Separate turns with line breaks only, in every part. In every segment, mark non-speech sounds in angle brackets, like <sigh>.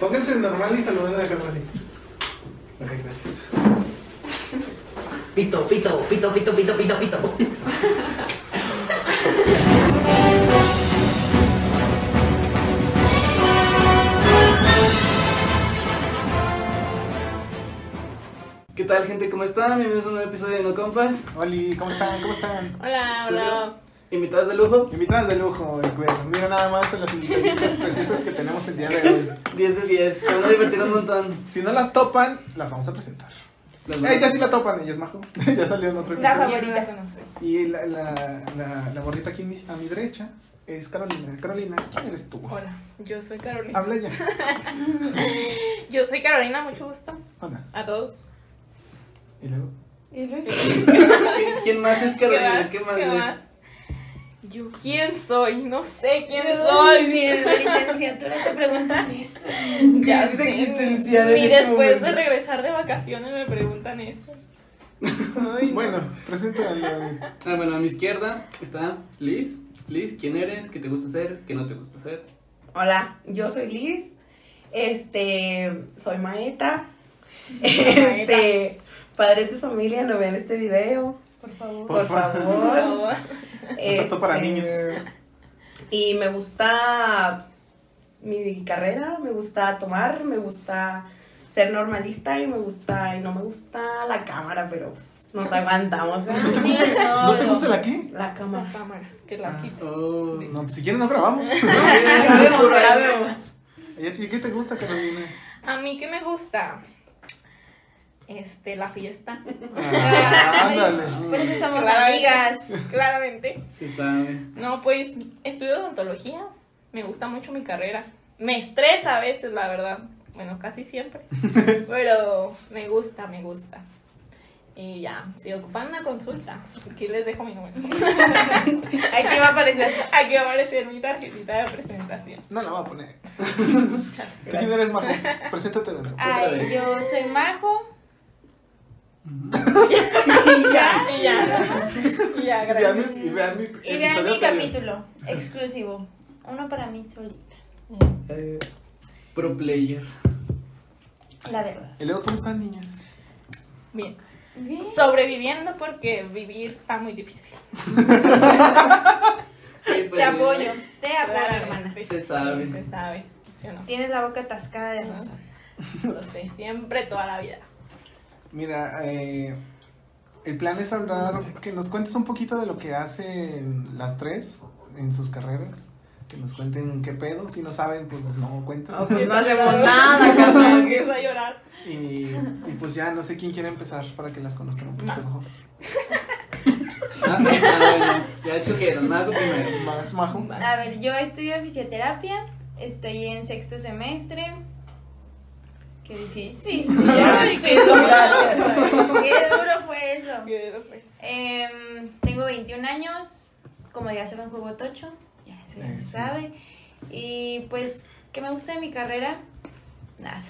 Pónganse normal y saluden a la cámara así. Ok, gracias.
Pito, pito, pito, pito, pito, pito, pito.
¿Qué tal, gente? ¿Cómo están? Bienvenidos a un nuevo episodio de No Compas.
Oli, ¿cómo están? ¿Cómo están?
Hola, hola.
Invitados de lujo,
Invitadas de lujo, el güey. Mira nada más a las invitaditas preciosas que tenemos el día de hoy.
10 de 10. Se van a divertir un montón.
Si no las topan, las vamos a presentar.
Los
Eh, ya sí la topan, ella es majo. <laughs> ya salió en otro
La
episodio.
favorita que no sé.
Y la, la, la, la gordita aquí a mi- a mi derecha es Carolina. Carolina, ¿quién eres tú?
Hola, yo soy Carolina.
Habla ya.
Yo soy Carolina, mucho gusto.
Hola.
A todos.
Y luego.
¿Quién más es Carolina? ¿Qué más?
¿Qué
güey?
más? Yo, ¿quién soy? No sé quién soy. <laughs>
bien, la licenciatura te preguntan eso.
Ya
Crisis
sé.
existencial en
Y
este
después de
momento.
regresar de vacaciones me preguntan eso. Ay, no.
Bueno, presenta a la-
Ah, bueno, a mi izquierda está Liz. Liz, ¿quién eres? ¿Qué te gusta hacer? ¿Qué no te gusta hacer?
Hola, yo soy Liz. Este, soy maeta. Este, padres de familia, no vean este video,
Por favor.
Por
por,
favor.
Por
favor. Este,
favor.
apto para niños.
Y me gusta mi carrera, me gusta tomar, me gusta ser normalista y me gusta y no me gusta la cámara, pero pues, nos aguantamos.
¿No te gusta, ¿no te gusta la qué?
La
La <laughs>
cámara.
cámara, que la
Ah.
quito.
Oh,
No, pues, si quieren no grabamos. <laughs>
Ahora vemos, ahora vemos.
¿Y qué te gusta, Carolina?
A mí que me gusta. Este, la fiesta.
Ah, ándale.
Por eso somos
Claro.
amigas.
Claramente.
Se sabe.
No, pues estudio odontología. Me gusta mucho mi carrera. Me estresa a veces, la verdad. Bueno, casi <laughs> siempre. Pero me gusta, me gusta. Y ya, si ocupan una consulta, aquí les dejo mi número. <laughs>
Aquí va a aparecer.
Aquí va a aparecer mi tarjetita de presentación.
No la voy a poner. ¿Tú quién
Gracias.
eres, Majo? Preséntate de nuevo.
Ah,
Ay,
vez.
yo soy Majo.
Y ya, <laughs> y ya. Y ya,
Y vean
gracias.
mi, y vean mi
Y vean
episodio
mi
anterior.
capítulo exclusivo. Uno para mí solita.
Eh, pro player.
La verdad.
Y luego, ¿cómo están, niñas?
Bien.
Bien.
Sobreviviendo porque vivir está muy difícil.
Sí, Ah,
Te apoyo. Te apoyo,
Claramente.
hermana.
Se sabe.
Sí, se sabe. ¿Sí o no?
Tienes la boca atascada de razón.
Lo sé, siempre, toda la vida.
Mira, eh, el plan es hablar, que nos cuentes un poquito de lo que hacen las tres en sus carreras. Que nos cuenten qué pedo. Si no saben, pues no cuentan.
Ok. No hacemos
<laughs>
nada, carnal.
Empiezo a llorar.
Y, y pues ya, no sé quién quiere empezar para que las conozcan un poquito
Ma.
mejor.
Ah, bueno, ya escogieron. Mago primero.
Más majo.
A ver, yo estudio fisioterapia. Estoy en sexto semestre. Qué difícil. Ya me quedó. Qué duro fue eso.
Pero, pues,
Em, tengo 21 años, como ya saben, juego tocho, ya eso ya
Eh,
se
sí.
sabe. Y pues, ¿qué me gusta de mi carrera? Nada.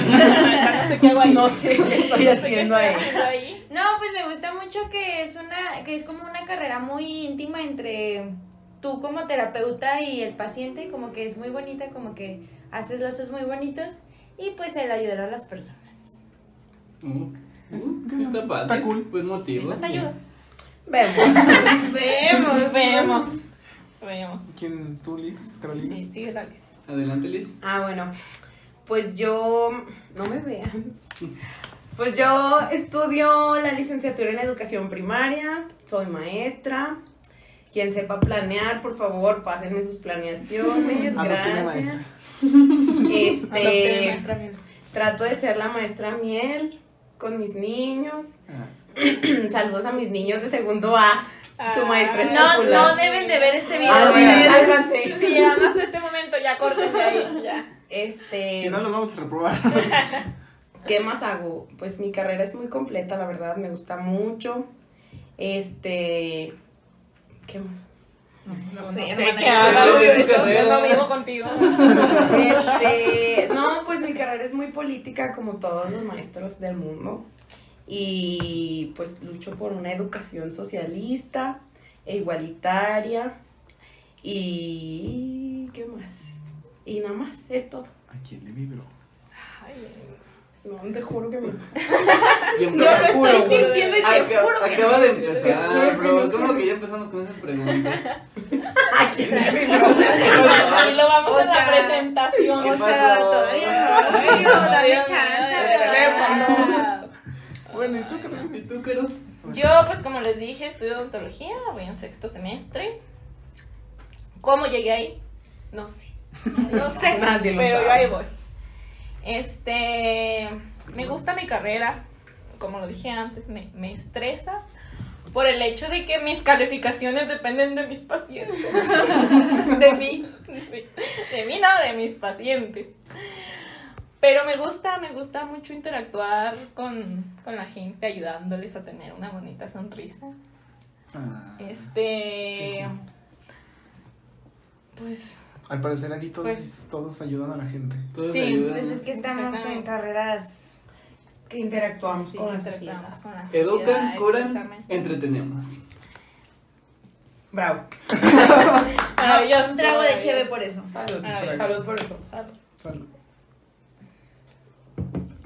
No sé qué hago ahí.
No sé qué estoy haciendo
No sé qué
ahí.
estoy haciendo ahí.
no, pues me gusta mucho que es una que es como una carrera muy íntima entre tú como terapeuta y el paciente, como que es muy bonita, como que haces lazos muy bonitos y pues el ayudar a las personas.
Uh,
Es-
uh, está padre.
está cool.
Buen
Sí,
motivo.
nos ayudas.
Vemos.
Vemos,
Vemos. Vemos.
¿Quién tú, Liz? Carolina.
Sí, sigue la Liz.
Adelante, Liz.
Ah, bueno. Pues yo. No me vean. Pues yo estudio la licenciatura en educación primaria, soy maestra. Quien sepa planear, por favor, pásenme sus
<laughs>
planeaciones.
Adopten a
Gracias.
maestra.
Eh,
Adopté de
Este,
maestra miel.
trato de ser la maestra miel con mis niños. <clears throat>
Ah.
Saludos a mis niños de segundo A. Su
Ah,
maestra es
No,
popular.
no deben de ver este video.
Ah,
Así
bueno.
es, algo así.
Si llegan hasta este momento, ya corten de ahí. Ya.
Este,
Em,
Si no, los vamos a reprobar.
¿Qué más hago? Pues mi carrera es muy completa, la verdad, me gusta mucho. Este. ¿Qué más?
No sé,
Sé
hermana,
que
yo
ahora
estudio
vivo
eso.
contigo, no vivo contigo.
Este, no, pues mi carrera es muy política, como todos los maestros del mundo. Y pues lucho por una educación socialista e igualitaria. Y. ¿Qué más? Y nada más, es todo.
¿A quién le vibró?
No, te juro que me.
Y
Yo lo
empezó-
estoy sintiendo y te
Acá-
juro que
Acaba de
Te
empezar,
juro que
bro.
no
¿Cómo
sé.
que ya empezamos con esas
<laughs>
preguntas?
Y lo vamos
O
a la
sea,
presentación.
O
¿Qué
sea,
pasó?
todavía no. Pero
Dios
dame
mío,
chance.
de verdad.
Bueno, ¿y tú qué tal?
<laughs> ¿Y tú, Caro?
Yo, pues como les dije, estudio odontología, voy en sexto semestre. ¿Cómo llegué ahí? No sé.
<laughs>
No sé.
Nadie lo
pero
sabe.
yo ahí voy. Este, me gusta mi carrera, como lo dije antes, me, me estresa por el hecho de que mis calificaciones dependen de mis
<laughs>
pacientes. de <laughs> mí. De, de mí no, de mis pacientes. Pero me gusta, me gusta mucho interactuar con, con la gente, ayudándoles a tener una bonita sonrisa.
Ah,
Este, pues
al parecer aquí todos,
Pues-
todos ayudan a la gente.
Todos
Sí,
me ayudan.
Pues es que estamos en
Exactamente.
carreras.
Que interactuamos
sí,
con la
interactuamos
sociedad.
con la
Educan,
sociedad,
curan,
exactamente.
entretenemos.
Bravo.
Maravilloso.
Un trago de
maravilloso.
cheve por eso.
Salud.
Maravilloso.
Salud por eso.
Ah, Salud.
Salud.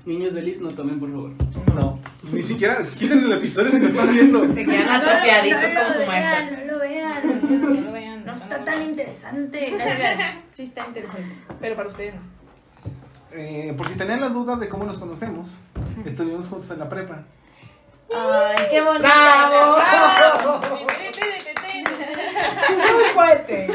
Niños de Liz, no tomen, por favor.
No, ni siquiera quiten el episodio si lo están viendo.
Se quedan
No, no,
atrofiaditos
no lo
como su maestra.
vean, No lo vean.
No lo vean,
No
no
está
lo
tan
vean.
<laughs> interesante. Oigan, Sí está interesante.
Pero para ustedes no.
Eh, por si tenían las dudas de cómo nos conocemos, estuvimos juntos en la prepa.
Ay, qué bonito.
¡Bravo!
Ah,
<laughs> Muy fuerte.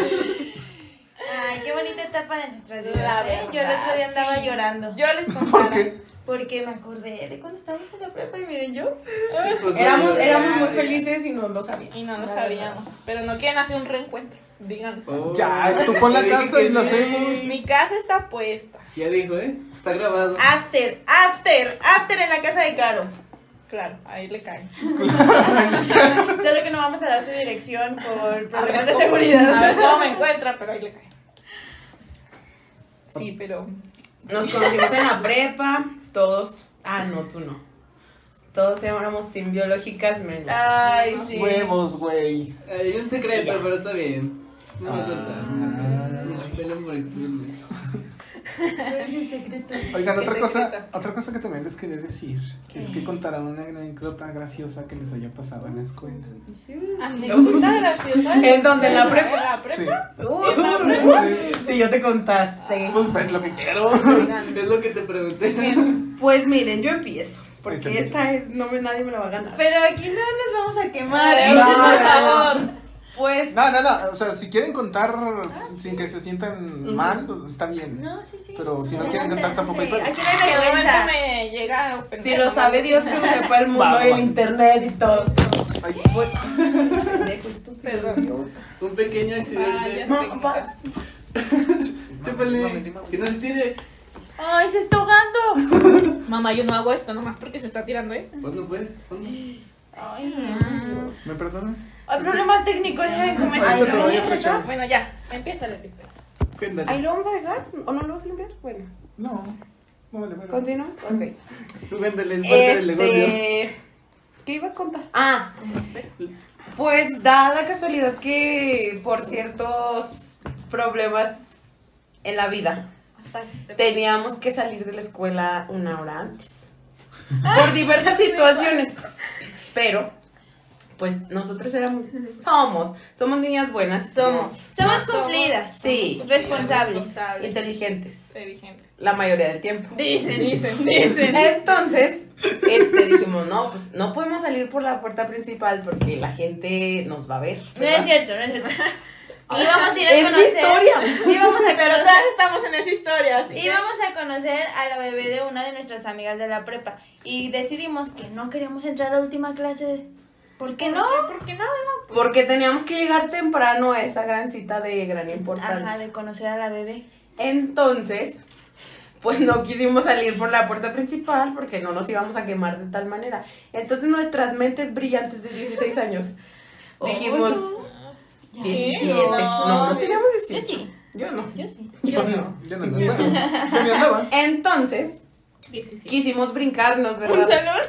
Ay, qué bonita etapa de nuestras vidas.
La
¿eh? Yo el
verdad,
otro día andaba
sí.
llorando.
Yo les contara.
¿Por qué?
Porque me acordé de cuando estábamos en la prepa y miren yo.
Sí, pues,
Éramos,
obvio.
éramos muy felices y no lo sabíamos.
Y no lo sabíamos. Pero no quieren hacer un reencuentro. Díganlo.
Oh,
Ya, tú pon la
te dije
casa y
que
lo
sí.
hacemos.
Mi casa está puesta.
Ya dijo, ¿eh? Está grabado.
Ah.
After, after, after en la casa de Caro.
Claro, ahí le caen.
Solo que no vamos a dar su dirección por
A ver
problemas de
cómo- A
seguridad.
ver cómo me encuentra, pero ahí le caen. Sí, pero.
Nos conocimos en la prepa, todos. Ah, no, tú no. Todos éramos team biológicas menos.
Ay, sí.
Huevos, güey.
Eh, Hay un secreto, pero está bien. No me
Ah.
contaron. No, pelo por el-
Oigan,
Qué
otra cosa,
secreto.
otra cosa que también les quería decir es que contarán una anécdota graciosa que les haya pasado en la escuela.
Anécdota graciosa.
¿En dónde? ¿En la prepa?
En la
Sí.
prepa.
Sí.
Si yo te contaste.
Pues ves lo que quiero.
Oigan,
Es lo que te pregunté.
Pues miren, yo empiezo.
Échale,
Porque esta es, no me, nadie me la va a ganar.
Pero aquí no nos vamos a quemar, ¿eh?
No,
Por favor.
Por favor.
Pues,
No, no, no. O sea, si quieren contar sin que se sientan mal, pues, está bien.
No, sí, sí.
Pero si no quieren
Adelante,
cantar, tampoco hay problema.
adelante. Aquí no hay
Que de momento
vergüenza.
me llega a ofender.
si lo sabe Dios, que lo sepa el mundo,
Va, va.
el internet y todo.
Ay,
Pues,
Perdón.
Un pequeño accidente.
Vaya, tenga-
Chúpale. Que no se tire.
¡Ay, se está
<laughs>
ahogando! Mamá, yo no hago esto nomás porque se está tirando, ¿eh?
Ponlo pues. ponlo.
Ay, no.
¿Me perdonas?
Hay problemas técnicos, ya ven cómo es.
Ahorita te voy a
Ay,
aprovechar.
Bueno, ya, empieza el episodio.
Cuéntale.
¿Ahí lo vamos a dejar? ¿O no lo vas a limpiar? Bueno,
No. No vale, vale.
continuamos. Ok.
Tú cuéntale, es parte del negocio.
Este. ¿Qué iba a contar? Ah, pues da la casualidad que por ciertos problemas en la vida teníamos que salir de la escuela una hora antes. Por diversas situaciones. Pero, pues nosotros éramos, somos, somos niñas buenas, somos
Somos cumplidas.
Sí.
Responsables.
inteligentes,
Inteligentes.
la mayoría del tiempo.
Dicen.
Dicen.
Entonces, este, dijimos, no, pues no podemos salir por la puerta principal porque la gente nos va a ver.
No es
¿verdad? Ah,
cierto, no es cierto. Íbamos a ir a
Es mi
conocer.
historia.
Íbamos a
Pero
conocer.
todas estamos en esa historia, así que-
Íbamos a conocer a la bebé de una de nuestras amigas de la prepa y decidimos que no queríamos entrar a última clase. ¿Por qué no?
¿Por qué no?
Porque teníamos que llegar temprano a esa gran cita de gran
Ajá,
importancia.
de conocer a la bebé.
Entonces, pues no quisimos salir por la puerta principal porque no nos íbamos a quemar de tal manera. Entonces nuestras mentes brillantes de 16 años dijimos... 17.
No.
No, no, teníamos
Oh, Yo
18.
sí,
Yo no.
yo sí.
Yo no. Yo no. andaba. Yo ni andaba.
Entonces,
17.
quisimos brincarnos, ¿verdad?
¿Un salón?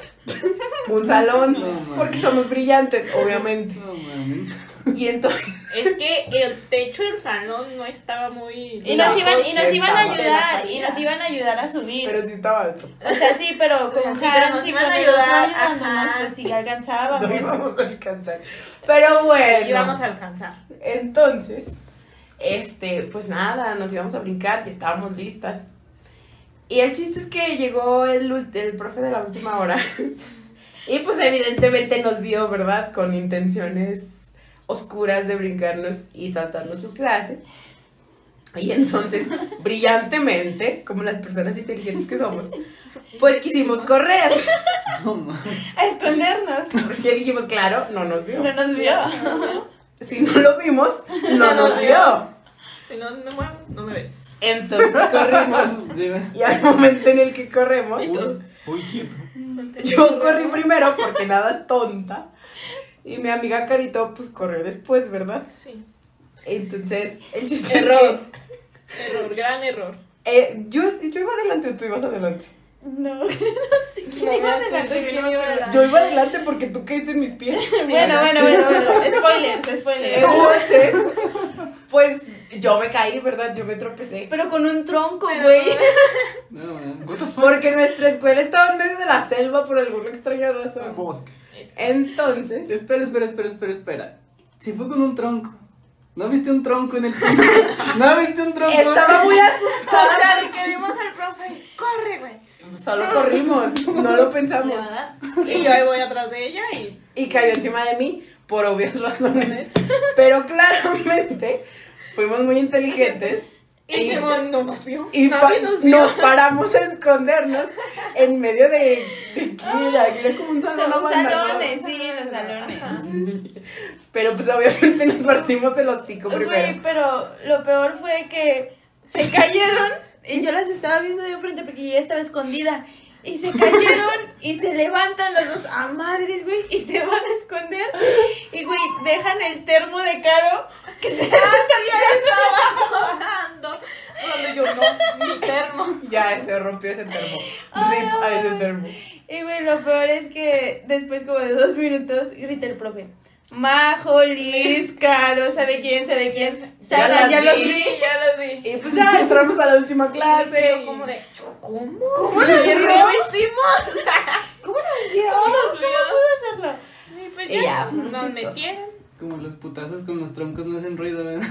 un salón,
No, mami. <laughs>
porque somos brillantes, obviamente.
No, mami.
Y entonces.
Es que el techo del salón no estaba muy.
Y nos iban, y nos iban a
De la
ayudar, y
salida.
nos iban a ayudar a subir.
Pero sí estaba alto.
o sea, sí, pero con
Sí, pero nos
y
iban
con
a
el otro
ayudar,
ayudándonos,
ajá.
pues sí
No
alcanzábamos.
íbamos a alcanzar.
Pero bueno.
íbamos a alcanzar.
Entonces, este, pues nada, nos íbamos a brincar y estábamos listas. Y el chiste es que llegó el, ult- el profe de la última hora. <laughs> y pues evidentemente nos vio, ¿verdad? Con intenciones oscuras de brincarnos y saltarnos su clase. Y entonces, brillantemente, como las personas inteligentes que somos, pues quisimos correr.
A escondernos.
Porque dijimos, claro, no nos vio.
No nos vio.
Si no lo vimos, no nos vio.
Si no, no, me- no me ves.
Entonces corrimos.
Sí, güey.
Y al momento en el que corremos,
Uy, qué.
yo corrí primero porque nada es tonta. Y mi amiga Carito, pues corrió después, ¿verdad?
Sí.
Entonces, el chiste
Error.
es
Error, gran error.
que, eh, yo, yo iba adelante o tú ibas adelante.
No.
No,
¿Quién iba adelante?
no,
¿Quién
no,
iba
no,
adelante?
no.
Yo iba adelante porque tú caíste en mis pies.
Bueno, bueno, bueno, bueno. Spoilers, spoilers.
Entonces, pues yo me caí, ¿verdad? Yo me tropecé.
Pero con un tronco, güey.
No, no.
Porque nuestra escuela estaba en medio de la selva por alguna extraña razón.
Bosque.
Entonces,
Espera, espera, espera, espera, espera. Si fue con un tronco. ¿No viste un tronco en el piso? ¿No viste un tronco? <laughs>
estaba muy
O
asustada.
sea, de que vimos al profe. ¡Corre, güey!
Solo corrimos, no lo pensamos.
Y yo ahí voy atrás de ella y.
y cayó encima de mí por obvias razones. Pero claramente fuimos muy inteligentes
Y Simón no nos vio.
y
Nadie
pa-
nos vio.
nos paramos a escondernos en medio de. de ¿qué era? Era como un salón
Son
abandonado.
salones, sí, los salones.
Pero pues obviamente nos partimos el hocico
Güey,
primero.
pero lo peor fue que
<laughs>
se cayeron y yo las estaba viendo de frente porque yo ya estaba escondida. Y se cayeron y se levantan los dos a madres, güey, y se van a esconder. Y, güey, dejan el termo de caro que te
Ando. Cuando yo no, mi termo.
Ya se rompió ese termo.
Ay,
Rip a ese
ay.
termo.
Y, güey, lo peor es que después como de dos minutos grita el profe. Majo, Liz, Caro, ¿sabe quién? ¿Sabe quién?
Ya
Sara,
las
ya, los
vi.
vi.
<laughs> Sí, ya lo vi.
Y pues ya entramos a la última
Y
clase.
yo como de, ¿cómo?
¿Cómo
¿Cómo
los vio?
lo <laughs> hicimos? O sea,
¿Cómo los vio?
los vio?
¿Cómo pudo hacerlo?
ni
Y
pelea.
ya, fue muy
pues Nos
chistoso.
metieron.
Como los putazos con los troncos no hacen ruido, ¿verdad?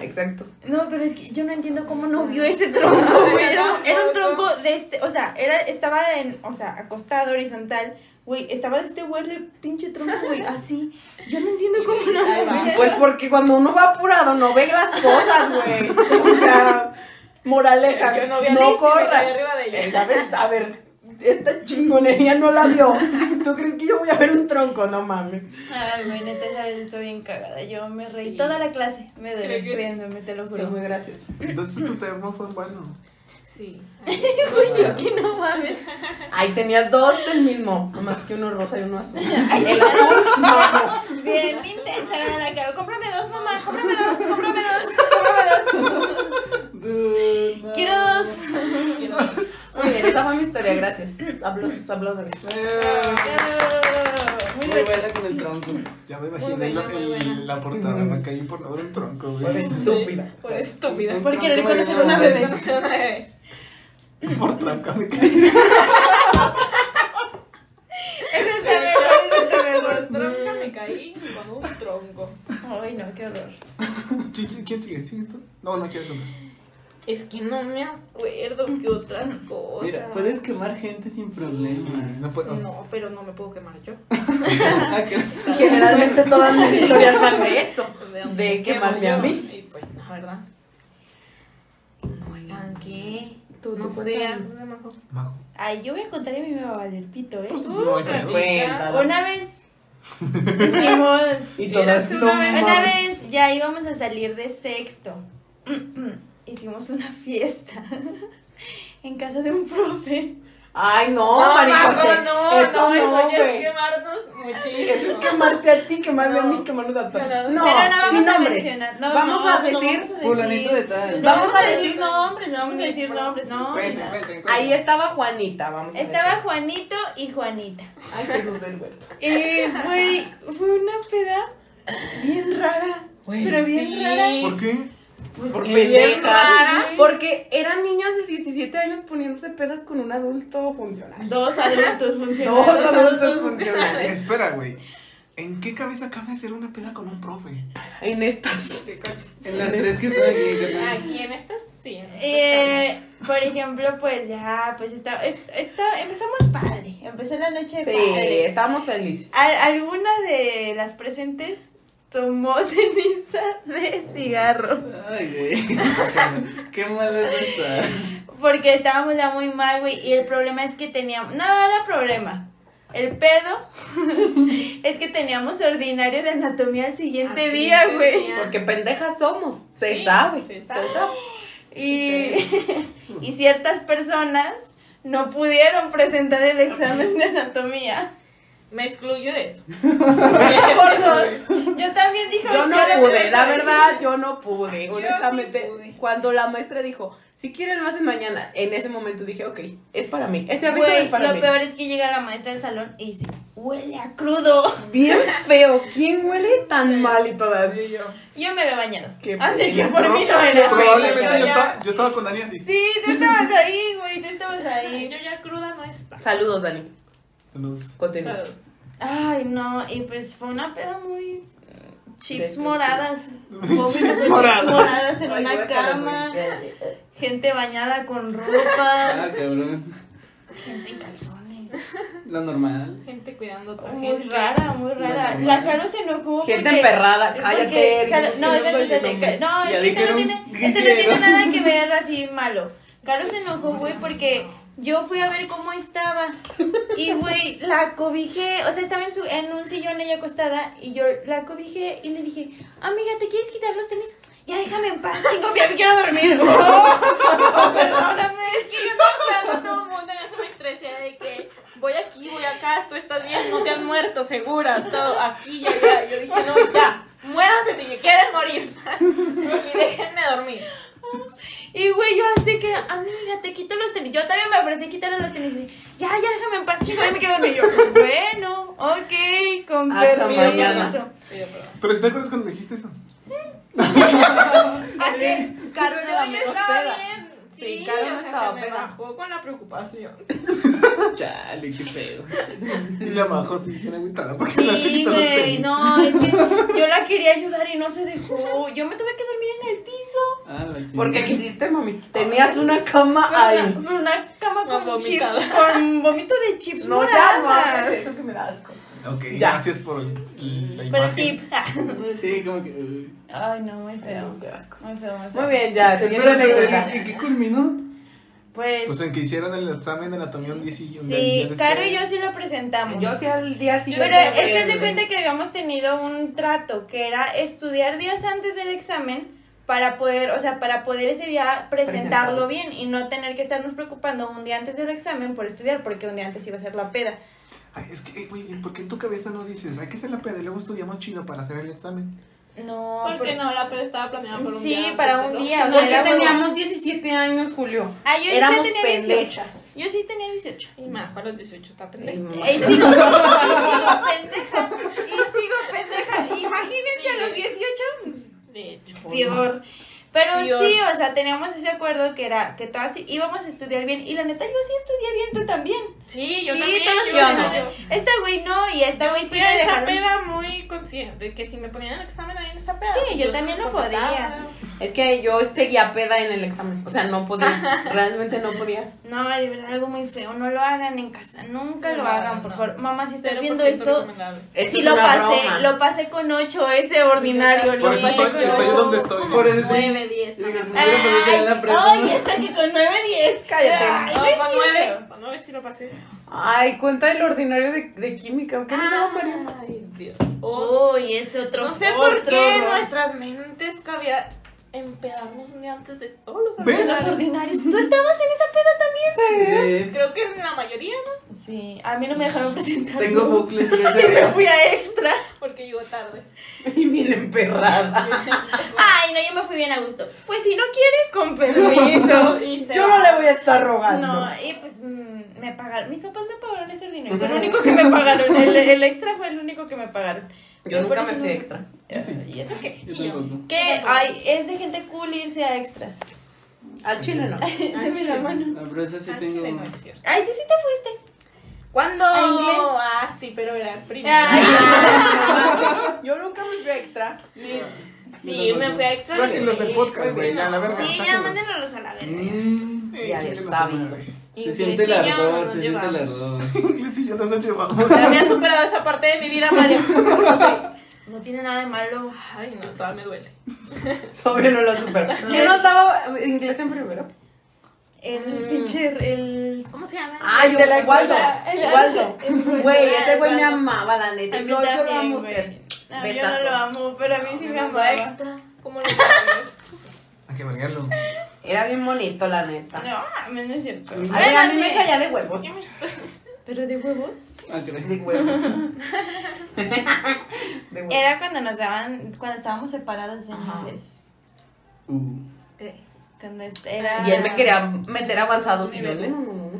Exacto.
No, pero es que yo no entiendo cómo no vio ese tronco, <laughs> güey. Era, un- era un tronco de este, o sea, era, estaba en, o sea, acostado horizontal, güey, estaba de este vuelo el pinche tronco, <laughs> güey, así. Yo no entiendo cómo no
Ahí
lo
va.
vio.
Pues porque cuando uno va apurado no ve las cosas, güey. O sea, moraleja,
Yo no vi a Liz y me
corras.
caí arriba de ella.
Eh, A ver, a ver, esta chingonería no la vio. ¿Tú crees que yo voy a ver un tronco? No mames.
Ay, güey, neta, esa vez estoy bien cagada. Yo me reí
Sí.
toda la clase, me dormí
Creo que-
riéndome, te lo juro.
muy gracioso.
Entonces tu termo fue bueno.
Sí.
Güey, es que no mames.
Ahí
<laughs>
tenías dos del mismo, nomás que uno rosa y uno
<laughs>
azul. El azul, no, no.
Bien intensa, la Caro. Cómprame dos, mamá, cómprame dos, cómprame dos, cómprame dos. <laughs> Quiero dos.
Quiero dos.
Muy bien, esa fue mi historia, gracias. Aplausos, aplausos.
Eh,
Muy
Muy buena con el tronco.
Ya me imaginé
buena,
la-
muy
el-
buena.
la portada, me caí por por un tronco,
Por
güey.
estúpida.
Por estúpida.
Por querer conocer a una
Por
bebé.
conocer a una bebé.
<laughs> Por tronco me caí.
Ese está mejor, ese está mejor.
Por tronca me caí con un tronco.
Ay, no, qué horror.
¿Qui- qui- ¿Quién sigue? ¿Sigues tú? No, no quieres contar.
Es que no me acuerdo qué otras cosas.
Mira, puedes quemar gente sin problema.
No
pues,
puedo.
No, pero no me puedo quemar yo.
Ah, que-
Generalmente todas mis historias van de eso.
me
de quemarme
quemo
a
yo.
mí.
Y pues, la verdad. Oigan, ¿qué?
Tú,
No
tú
sé,
cuéntame.
algo de majo.
Majo.
Ay, yo voy a contar y a mí me va a valer pito, ¿eh?
Pues, no hay pedo.
Cuenta.
Una vez hicimos.
Y todas
Érase
no
una vez-
mames.
Una vez ya íbamos a salir de sexto. Mm, Hicimos una fiesta <laughs> en casa de un profe.
Ay, no,
No,
María
Majo,
José,
no,
Eso no,
eso ya es
güey.
quemarnos muchísimo.
Eso es quemarte a ti, quemarme a
No.
mí, quemarnos a todos.
Pero
No,
Pero no vamos
sin
a
nombre.
mencionar. No,
Vamos
no,
a
no
decir
vamos a
Fulanito de
decir-
tal.
No vamos a
No.
decir nombres, no vamos a decir nombres, no.
Cuenten, cuenten, cuenten.
Ahí estaba Juanita, vamos a
Estaba
decir.
Juanito y Juanita.
Ay, Jesús del huerto.
Eh, güey, fue una peda Bien rara.
Pues
pero bien
sí.
rara.
¿Por qué?
Por
Qué
Bien
pendeja.
rara, porque eran niñas de 17 años poniéndose pedas con un adulto funcional.
Dos adultos funcionan.
<laughs> Dos adultos funcionales.
Espera, güey. ¿En qué cabeza cabe hacer una peda con un profe?
En estas.
En las tres que están aquí, carnal.
Aquí en estas, sí. en estas
Eh, por ejemplo, pues ya, pues está, es- está- empezamos padre. Empezó la noche de
Sí,
padre.
estábamos felices.
Al- alguna de las presentes tomó <laughs> ceniza de cigarro.
Ay, <laughs> güey. Qué mala es esta. <laughs>
Porque estábamos ya muy mal, güey. Y el problema es que teníamos. No, no era problema. El pedo <laughs> es que teníamos ordinario de anatomía al siguiente
Al
día,
siguiente
güey.
día.
Porque pendejas somos, se
Sí,
sabe.
se
se
sabe.
sabe.
Y, <laughs> y ciertas personas no pudieron presentar el examen de anatomía.
Me excluyo de eso.
<laughs>
Por dos. Yo también dije,
Yo no
"Ay, yo
pude,
presenté".
la verdad, yo no pude.
Yo
honestamente,
sí pude.
cuando la maestra dijo, si quieren lo hacen mañana, en ese momento dije, ok, es para mí. Ese aviso
Güey,
es para
lo
mí.
peor es que llega la maestra del salón y dice, huele a crudo.
Bien feo, ¿quién huele tan mal y todas?
Así yo.
Yo me había bañado.
Qué
Así que
pena.
por mí no era. güey.
Probablemente yo
ya-
estaba, yo estaba con Dani así.
Sí, tú estabas ahí, güey, tú estabas
Ay,
ahí.
Yo ya cruda no está.
Saludos, Dani.
Saludos.
Continúa.
Saludos.
Ay, no, y pues fue una peda muy... Chips
Destructiva. <laughs>
moradas.
Chips moradas.
moradas en
Ay,
una
guácala,
cama.
güey.
Gente bañada con ropa. <laughs>
Ah, cabrón.
gente en calzones.
Lo normal.
Gente cuidando a otra
Muy
gente.
rara, muy rara. La Caro se enojó.
Gente
porque-
emperrada,
porque
cállate.
Caro- no,
que no
espérate,
soy yo.
espérate, no,
Ya
es que eso no
dijeron
tiene,
que
eso no tiene
hicieron.
nada que ver así malo. Caro se enojó, güey, porque yo fui a ver cómo estaba. Y, güey, la cobijé. O sea, estaba en, su, en un sillón ella acostada. Y yo la cobijé y le dije, amiga, ¿te quieres quitar los tenis? Ya déjame en paz, chingo, ya me quiero <laughs> dormir. Oh, perdóname, es que yo
Claro, todo el mundo en eso me estresé de que voy aquí, voy acá, tú estás bien, no te han muerto, segura, todo aquí, ya, ya. Yo dije, no, ya, muéranse si me quieren morir. Y déjenme dormir.
Y güey, yo así que, amiga, te quito los tenis. Yo también me ofrecí quitarle los tenis. Y, ya, ya, déjame en paz, chico, ya me quedo dormida. Y yo, bueno, ok, con
Hasta
permiso.
mañana.
Pido perdón.
Pero si te acuerdas cuando dijiste eso.
Así, Caro era la
Yo ya
menos
estaba
peda.
bien. Sí,
Sí, Caro no
o sea,
estaba
se me
peda.
bajó con la preocupación.
Chale, qué pedo.
Y la majo así, bien agüitada. Porque no te
Sí,
quitan los
güey,
tenis.
no, es que yo la quería ayudar y no se dejó. Yo me tuve que dormir en el piso.
Ah, la chingada.
Porque quisiste, mami. Tenías una cama
Con
ahí.
una, con una cama
No,
con chips,
vomitada.
con vómito de chips
No, ya, no hagas
moradas.
eso que me da asco.
Ok,
Ya.
gracias por el- la
Pero
imagen.
tip.
Sí, como que. uy.
Ay, no, muy feo.
Qué asco.
Muy feo, muy feo.
Muy bien, ya. Siguiente
Espérate,
anécdota.
¿qué, qué, qué culminó?
Pues en que hicieron el examen de anatomía un 10 y un
Sí, Caro y yo sí lo presentamos.
Yo sí al día siguiente.
Pero es que
el-
de cuenta que habíamos tenido un trato que era estudiar días antes del examen para poder, o sea, para poder ese día
Presentarlo.
presentarlo bien y no tener que estarnos preocupando un día antes del examen por estudiar, porque un día antes iba a ser la peda.
Ay, es que, eh, güey, ¿por qué en tu cabeza no dices? Hay que hacer la peda y luego estudiamos chido para hacer el examen.
No,
Porque
por-
no, la peda estaba planeada para un
Sí,
día. antes,
para un
¿no?
día, o sea,
Porque
era como-
teníamos 17 años, Julio.
Ah, yo sí
Éramos
tenía 18.
pendechas.
Yo sí tenía 18.
Y más, a los 18 está
Ay,
pendejo.
mamá.
Y sigo, y sigo pendeja. Y sigo
<laughs>
pendeja. Imagínense a los 18
De hecho.
Peor. Pero
Peor.
sí, o sea, teníamos ese acuerdo que era que todas sí íbamos a estudiar bien. Y la neta, yo sí estudié bien, tú también.
Sí, yo
sí,
también.
todos
yo
íbamos a
también.
estudiar. Esta güey no, y esta güey sí
Fui
me
a esa
dejaron.
peda muy consciente, de que si me ponían el examen ahí en esa peda.
Sí,
pues
yo
se
también
los
no podía.
contestaba.
Es que yo seguía peda en el examen. O sea, no
<laughs>
podía. Realmente no podía.
No, de verdad, algo muy feo. No lo hagan en casa. Nunca
No
lo
lo
hagan,
hagan,
por
no.
favor. Mamá, Ah, si estás
0%
viendo esto.
recomendable.
Eso
Sí,
es
lo
una
pasé,
broma.
lo pasé con 8, ese ordinario.
Por
lo
eso
pasé
estoy,
con
estoy
ocho.
donde estoy.
Por eso sí.
9, 10.
Digo, si no
Ay,
lo conocía en la prepa.
ay, esta que con 9, 10, cállate.
No,
Ay,
con
sí,
9. Con 9 sí lo pasé.
Ay, cuenta el ordinario de, de química. ¿Qué nos daba
Ah.
María?
Ay, Dios.
Uy, ese otro
no sé por
otro
qué
rollo.
nuestras mentes cabían empedarnos un día antes de todos los
¿Ves?
Los
ordinarios.
ordinarios. ¿Tú estabas en esa peda también?
Sí.
Creo que en la mayoría, ¿no?
Sí, a mí no me dejaron presentar.
Tengo
<laughs>
bucles
<laughs>
y ese
Me
día.
fui a extra.
Porque llegó tarde.
Y bien emperrada.
Ay, no, yo me fui bien a gusto. Pues si no quiere, con <laughs> permiso. Y se va.
voy a estar rogando.
No, y pues mm, me pagaron. Mis papás me pagaron ese dinero. Fue el único que me pagaron. El, el extra fue el único que me pagaron.
Yo
Y por
nunca me
eso
fui
no-
extra.
Yo sí.
¿Y eso qué?
Yo tampoco.
Que ay, es de gente cool irse a extras.
Al chile no.
<laughs>
Al
Dame la
chile.
mano.
No, Ah, pero esa sí
Al
tengo.
Ah, chile no es cierto.
Ay, tú sí te fuiste.
¿Cuándo?
¿A inglés?
Ah, sí, pero era
<laughs>
primero.
Ay,
Yo nunca me fui a extra. Sí,
Sí,
me
no.
fui a extra.
Sáquenlos del podcast, güey, ya, la verga.
pues sí, ya
sáquenlos.
mándenlos a la verga.
Mm,
Eh,
Y al
chingue su
Sabi.
madre. <laughs>
Se siente el
Inglesillo,
ardor,
nos
se siente el
llevamos.
ardor.
Inglés y yo no nos llevamos.
Pero me ha superado esa parte de mi vida, Mario.
No tiene nada de malo.
Ay, no, todavía me duele.
Todavía no lo supero. Yo no estaba inglés en primero.
El
Mm.
pinche, el...
¿Cómo se llama? Ah,
Ah, yo
la
Waldo.
escuela. El-
Waldo. <laughs>
el-
Güey,
el-
ese güey me
Waldo.
amaba, la neta.
Pues A mí
Yo, yo lo
también,
amo a
güey.
usted.
No, yo no
Besazo.
lo amo, pero a mí sí me amaba.
extra. ¿Cómo lo
Hay que vergarlo.
Era bien bonito, la neta.
No, a mí no es cierto.
Ay, a
Además,
mí me caía de huevos.
¿Pero de huevos?
Ah, caray.
De
<laughs>
huevos. De huevos.
Era cuando nos daban, cuando estábamos separados de
Ajá.
inglés.
Uh,
Cuando es- era...
Y él me quería meter avanzados y yo, no, no, no,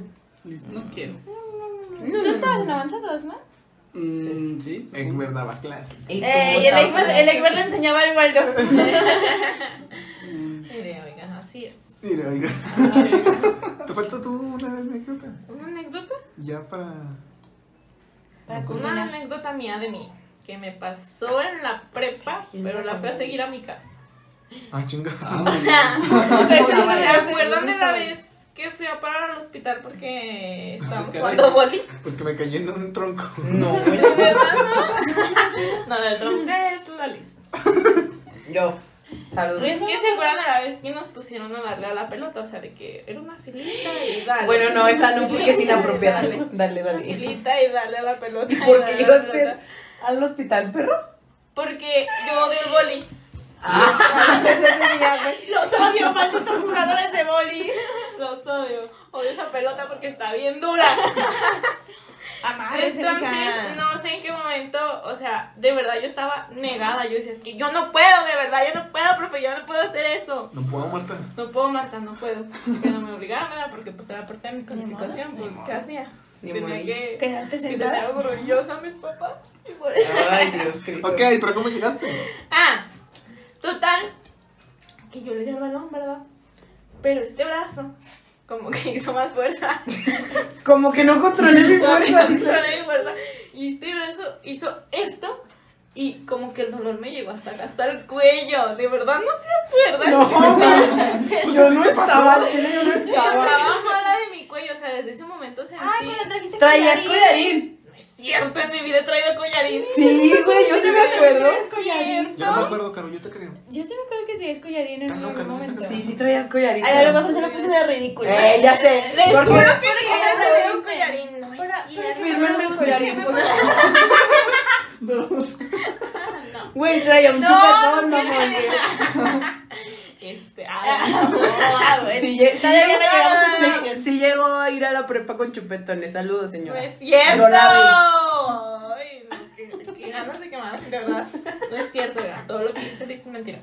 no.
no quiero.
No,
Tú estabas en avanzados, ¿no?
Mm, sí. supongo.
Egbert daba clases.
Y tú
Eh, y el
estabas-
Egbert el Egbert le enseñaba
<laughs>
al Waldo.
Mm,
Mire, oigan, así es.
Mira, oiga. ¿Te falta tú una anécdota?
¿Una anécdota?
Ya para.
Para
Una
continuar.
anécdota mía de mí. Que me pasó en la prepa, pero la fui a seguir a mi casa.
Ah, chinga.
O sea,
sí,
¿se
sí,
acuerdan
sí,
de la
sí.
vez que fui a parar al hospital porque estábamos
Caray.
jugando boli?
Porque me caí en un tronco.
No,
<laughs>
güey.
¿De verdad, no? No, del tronco es la lista.
Yo. Saludos.
Es que se acuerdan de la vez que nos pusieron a darle a la pelota, o sea, de que era una filita y dale.
Bueno, no, esa no, porque es
Filita y
inapropiada.
dale.
Dale,
Una
dale.
filita y dale a la pelota. y
¿Por
dale
qué
a la
llegaste
pelota.
al hospital, perro?
Porque yo odio el boli.
<laughs> Los odio, malditos jugadores de boli.
Los odio. Odio esa pelota porque está bien dura.
Amárense, hija.
Entonces, no sé en qué momento, o sea, de verdad yo estaba negada. Yo decía, es que yo no puedo, de verdad, yo no puedo, profe, yo no puedo hacer eso.
No puedo, Marta.
No puedo, Marta, no puedo. Pero me obligaban, ¿verdad? Porque pues era parte de mi calificación, pues, ¿qué hacía?
Ni
Tenía
modo.
que...
Quedarte
Que te
sentada.
hago orgullosa a mis papás. y por eso-
pues,
<laughs>
Ay, Dios Cristo.
Ok, pero ¿cómo llegaste?
Ah, total, que yo le di al balón, ¿verdad? Pero este brazo, como que <laughs> hizo más
<laughs>
fuerza.
Como que no controlé mi fuerza. dice.
Controlé mi fuerza, Y este brazo hizo esto. Y como que el dolor me llegó hasta acá, hasta el cuello. De verdad, no se acuerdan.
No, güey.
Pues,
Yo
¿qué
no
te pasó?
estaba, al chile, yo no estaba.
Estaba fuera de mi cuello, o sea, desde ese momento sentí.
Ay, cuando trajiste
Traías
collarín.
collarín.
no es cierto, en mi vida he traído collarín.
Sí, güey, yo sí me acuerdo.
Traías collarín.
Yo no me acuerdo, Caro, yo te creo.
Yo sí me acuerdo que traías collarín en
Tan loca,
algún
no me
momento.
sacas.
Sí, sí traías collarín.
Ay, a lo mejor se lo puse de ridícula.
Eh, ya sé.
Les
¿Por
juro
qué?
que no me he traído un collarín. No es
Pero- pero
cierto.
Fírmenme el
<laughs>
collarín.
¿Qué me pasa?
Güey, traía un
No,
chupetón, no
porque-
mames.
Este, ay,
Ah, güey.
Sí, lle- sí
Todavía no
llegó-
llegamos a esa
sí-
sección.
sí llegó a ir a la prepa con chupetones. Saludos,
no
señora.
es cierto.
Yo
Ay, no,
<laughs>
qué, qué ganas de quemar, de verdad. No es cierto, era todo lo que hice dice es mentira.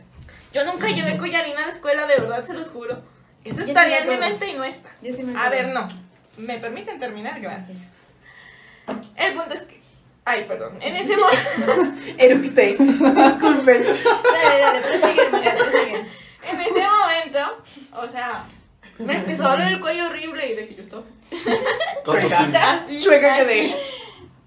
Yo nunca llevé collarín a la escuela, de verdad, se los juro. Eso
sí me
estaría en mi
acuerdo.
mente y no está.
Yo sí me
A
acuerdo.
ver, no. ¿Me permiten terminar? Gracias. El punto es que... Ay, perdón. En
<laughs>
ese momento... <laughs>
Era usted. Disculpen.
Dale, dale, prosigue, hermana, prosigue.
En ese momento, o sea, me empezó a doler el cuello horrible y de que yo estaba
Contocín.
así.
Chueca
así.
quedé.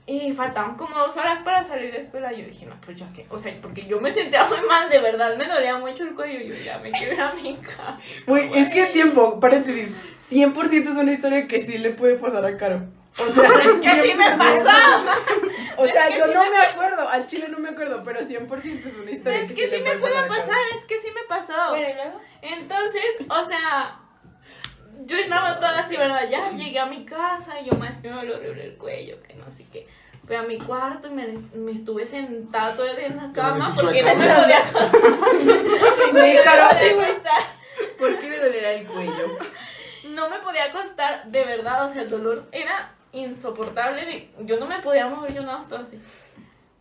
Y faltaban como dos horas para salir de escuela. Yo dije, no, pues ya que, o sea, porque yo me sentía muy mal, de verdad me dolía mucho el cuello. Yo ya me quedé a mi casa.
Güey, es que tiempo, paréntesis. 100% es una historia que sí le puede pasar a Caro. O sea,
<laughs> Es que así me
100%.
pasa.
O sea,
Es que
yo
sí
no
me
me
puede-
acuerdo. Al chile no me acuerdo, pero 100% es una historia
Es
que,
que sí
le
me puede
a Caro.
pasar, es que sí me pasó.
Bueno, ¿y luego?
Entonces, o sea, yo estaba toda así, ¿verdad? Ya llegué a mi casa y yo más que me dolió horrible el cuello, que no sé qué. Fui a mi cuarto y me, me estuve sentada todo el día en la cama
hiciste
porque
chueca.
no me podía acostar. <laughs> No
Mi Caro
me
así,
podía
güey.
acostar.
¿Por qué me dolerá el cuello?
No me podía acostar, de verdad, o sea, el dolor era insoportable. de- Yo no me podía mover, yo nada, más estaba así.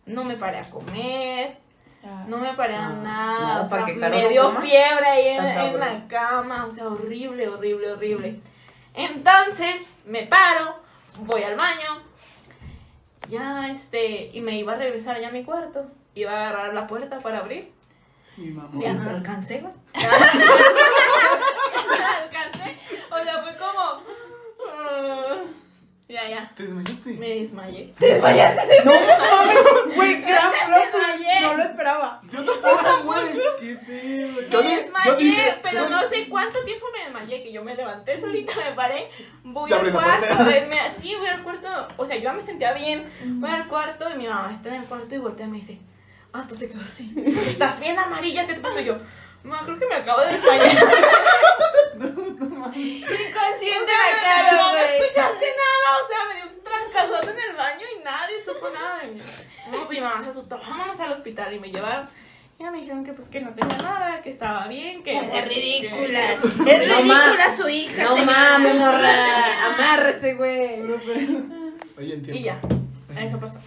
No me paré a comer, no me paré a
Ah,
nada,
no,
o
para
sea,
que Caro
me
no
dio
coma,
fiebre ahí en,
está
en la
cabrón.
cama, o sea, horrible, horrible, horrible. Entonces me paro, voy al baño ya, este, y me iba a regresar ya a mi cuarto. Iba a agarrar la puerta para abrir.
Mi
Ya no
mamá.
lo alcancé, güey. <laughs> Ya no lo alcancé. O sea, fue como. ah, Ya, ya.
¿Te desmayaste?
Me desmayé.
No, mames, güey, gran plot twist,
Ayer.
No lo esperaba.
Yo tampoco, güey.
Qué pedo.
Yo
Me
di- yo dije,
desmayé, pero
güey.
no sé cuánto tiempo me desmayé, que yo me levanté solita, me paré, voy
Te
al
abrí la puerta.
cuarto, eh, me- sí, voy al cuarto, o sea, yo ya me sentía bien, voy al cuarto y mi mamá está en el cuarto y voltea y me dice, hasta se quedó así, estás bien amarilla, ¿qué te pasó? Y yo, mamá, creo que me acabo de desmayar. Inconsciente
la cara,
no, no
güey.
escuchaste nada, o sea, me dio un trancazote en el baño y nadie supo nada de mí. No, pues mi mamá se asustó, vámonos al hospital y me llevaron. Y ya me dijeron que pues que no tenía nada, que estaba bien, que...
Como
que-
ridícula. Es
No ma-
ridícula su hija.
No
señora.
mames, morra. Amárrese, güey.
Oye, entiendo.
Y ya, eso pasó.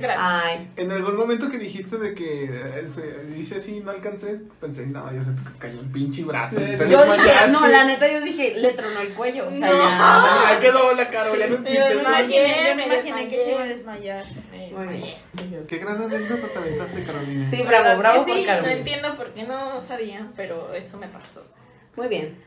Gracias.
Ay.
En algún momento que dijiste de que eh, se dice así, no alcancé, pensé, no, ya se te cayó el pinche brazo.
Sí,
Te
sí.
Yo dije,
desmayaste.
no, la neta, yo dije, le tronó el cuello. O sea, ya.
Ay, Ahí quedó la cara, ya no existe
yo
eso.
desmayé.
Imaginé, yo
Me
me imaginé que
desmayé.
se iba a desmayar.
Me
Muy
desmayé.
bien.
Qué gran anécdota te aventaste, Carolina.
Sí, bravo, bravo
Sí,
por Caro.
No entiendo por qué no sabía, pero eso me pasó.
Muy bien.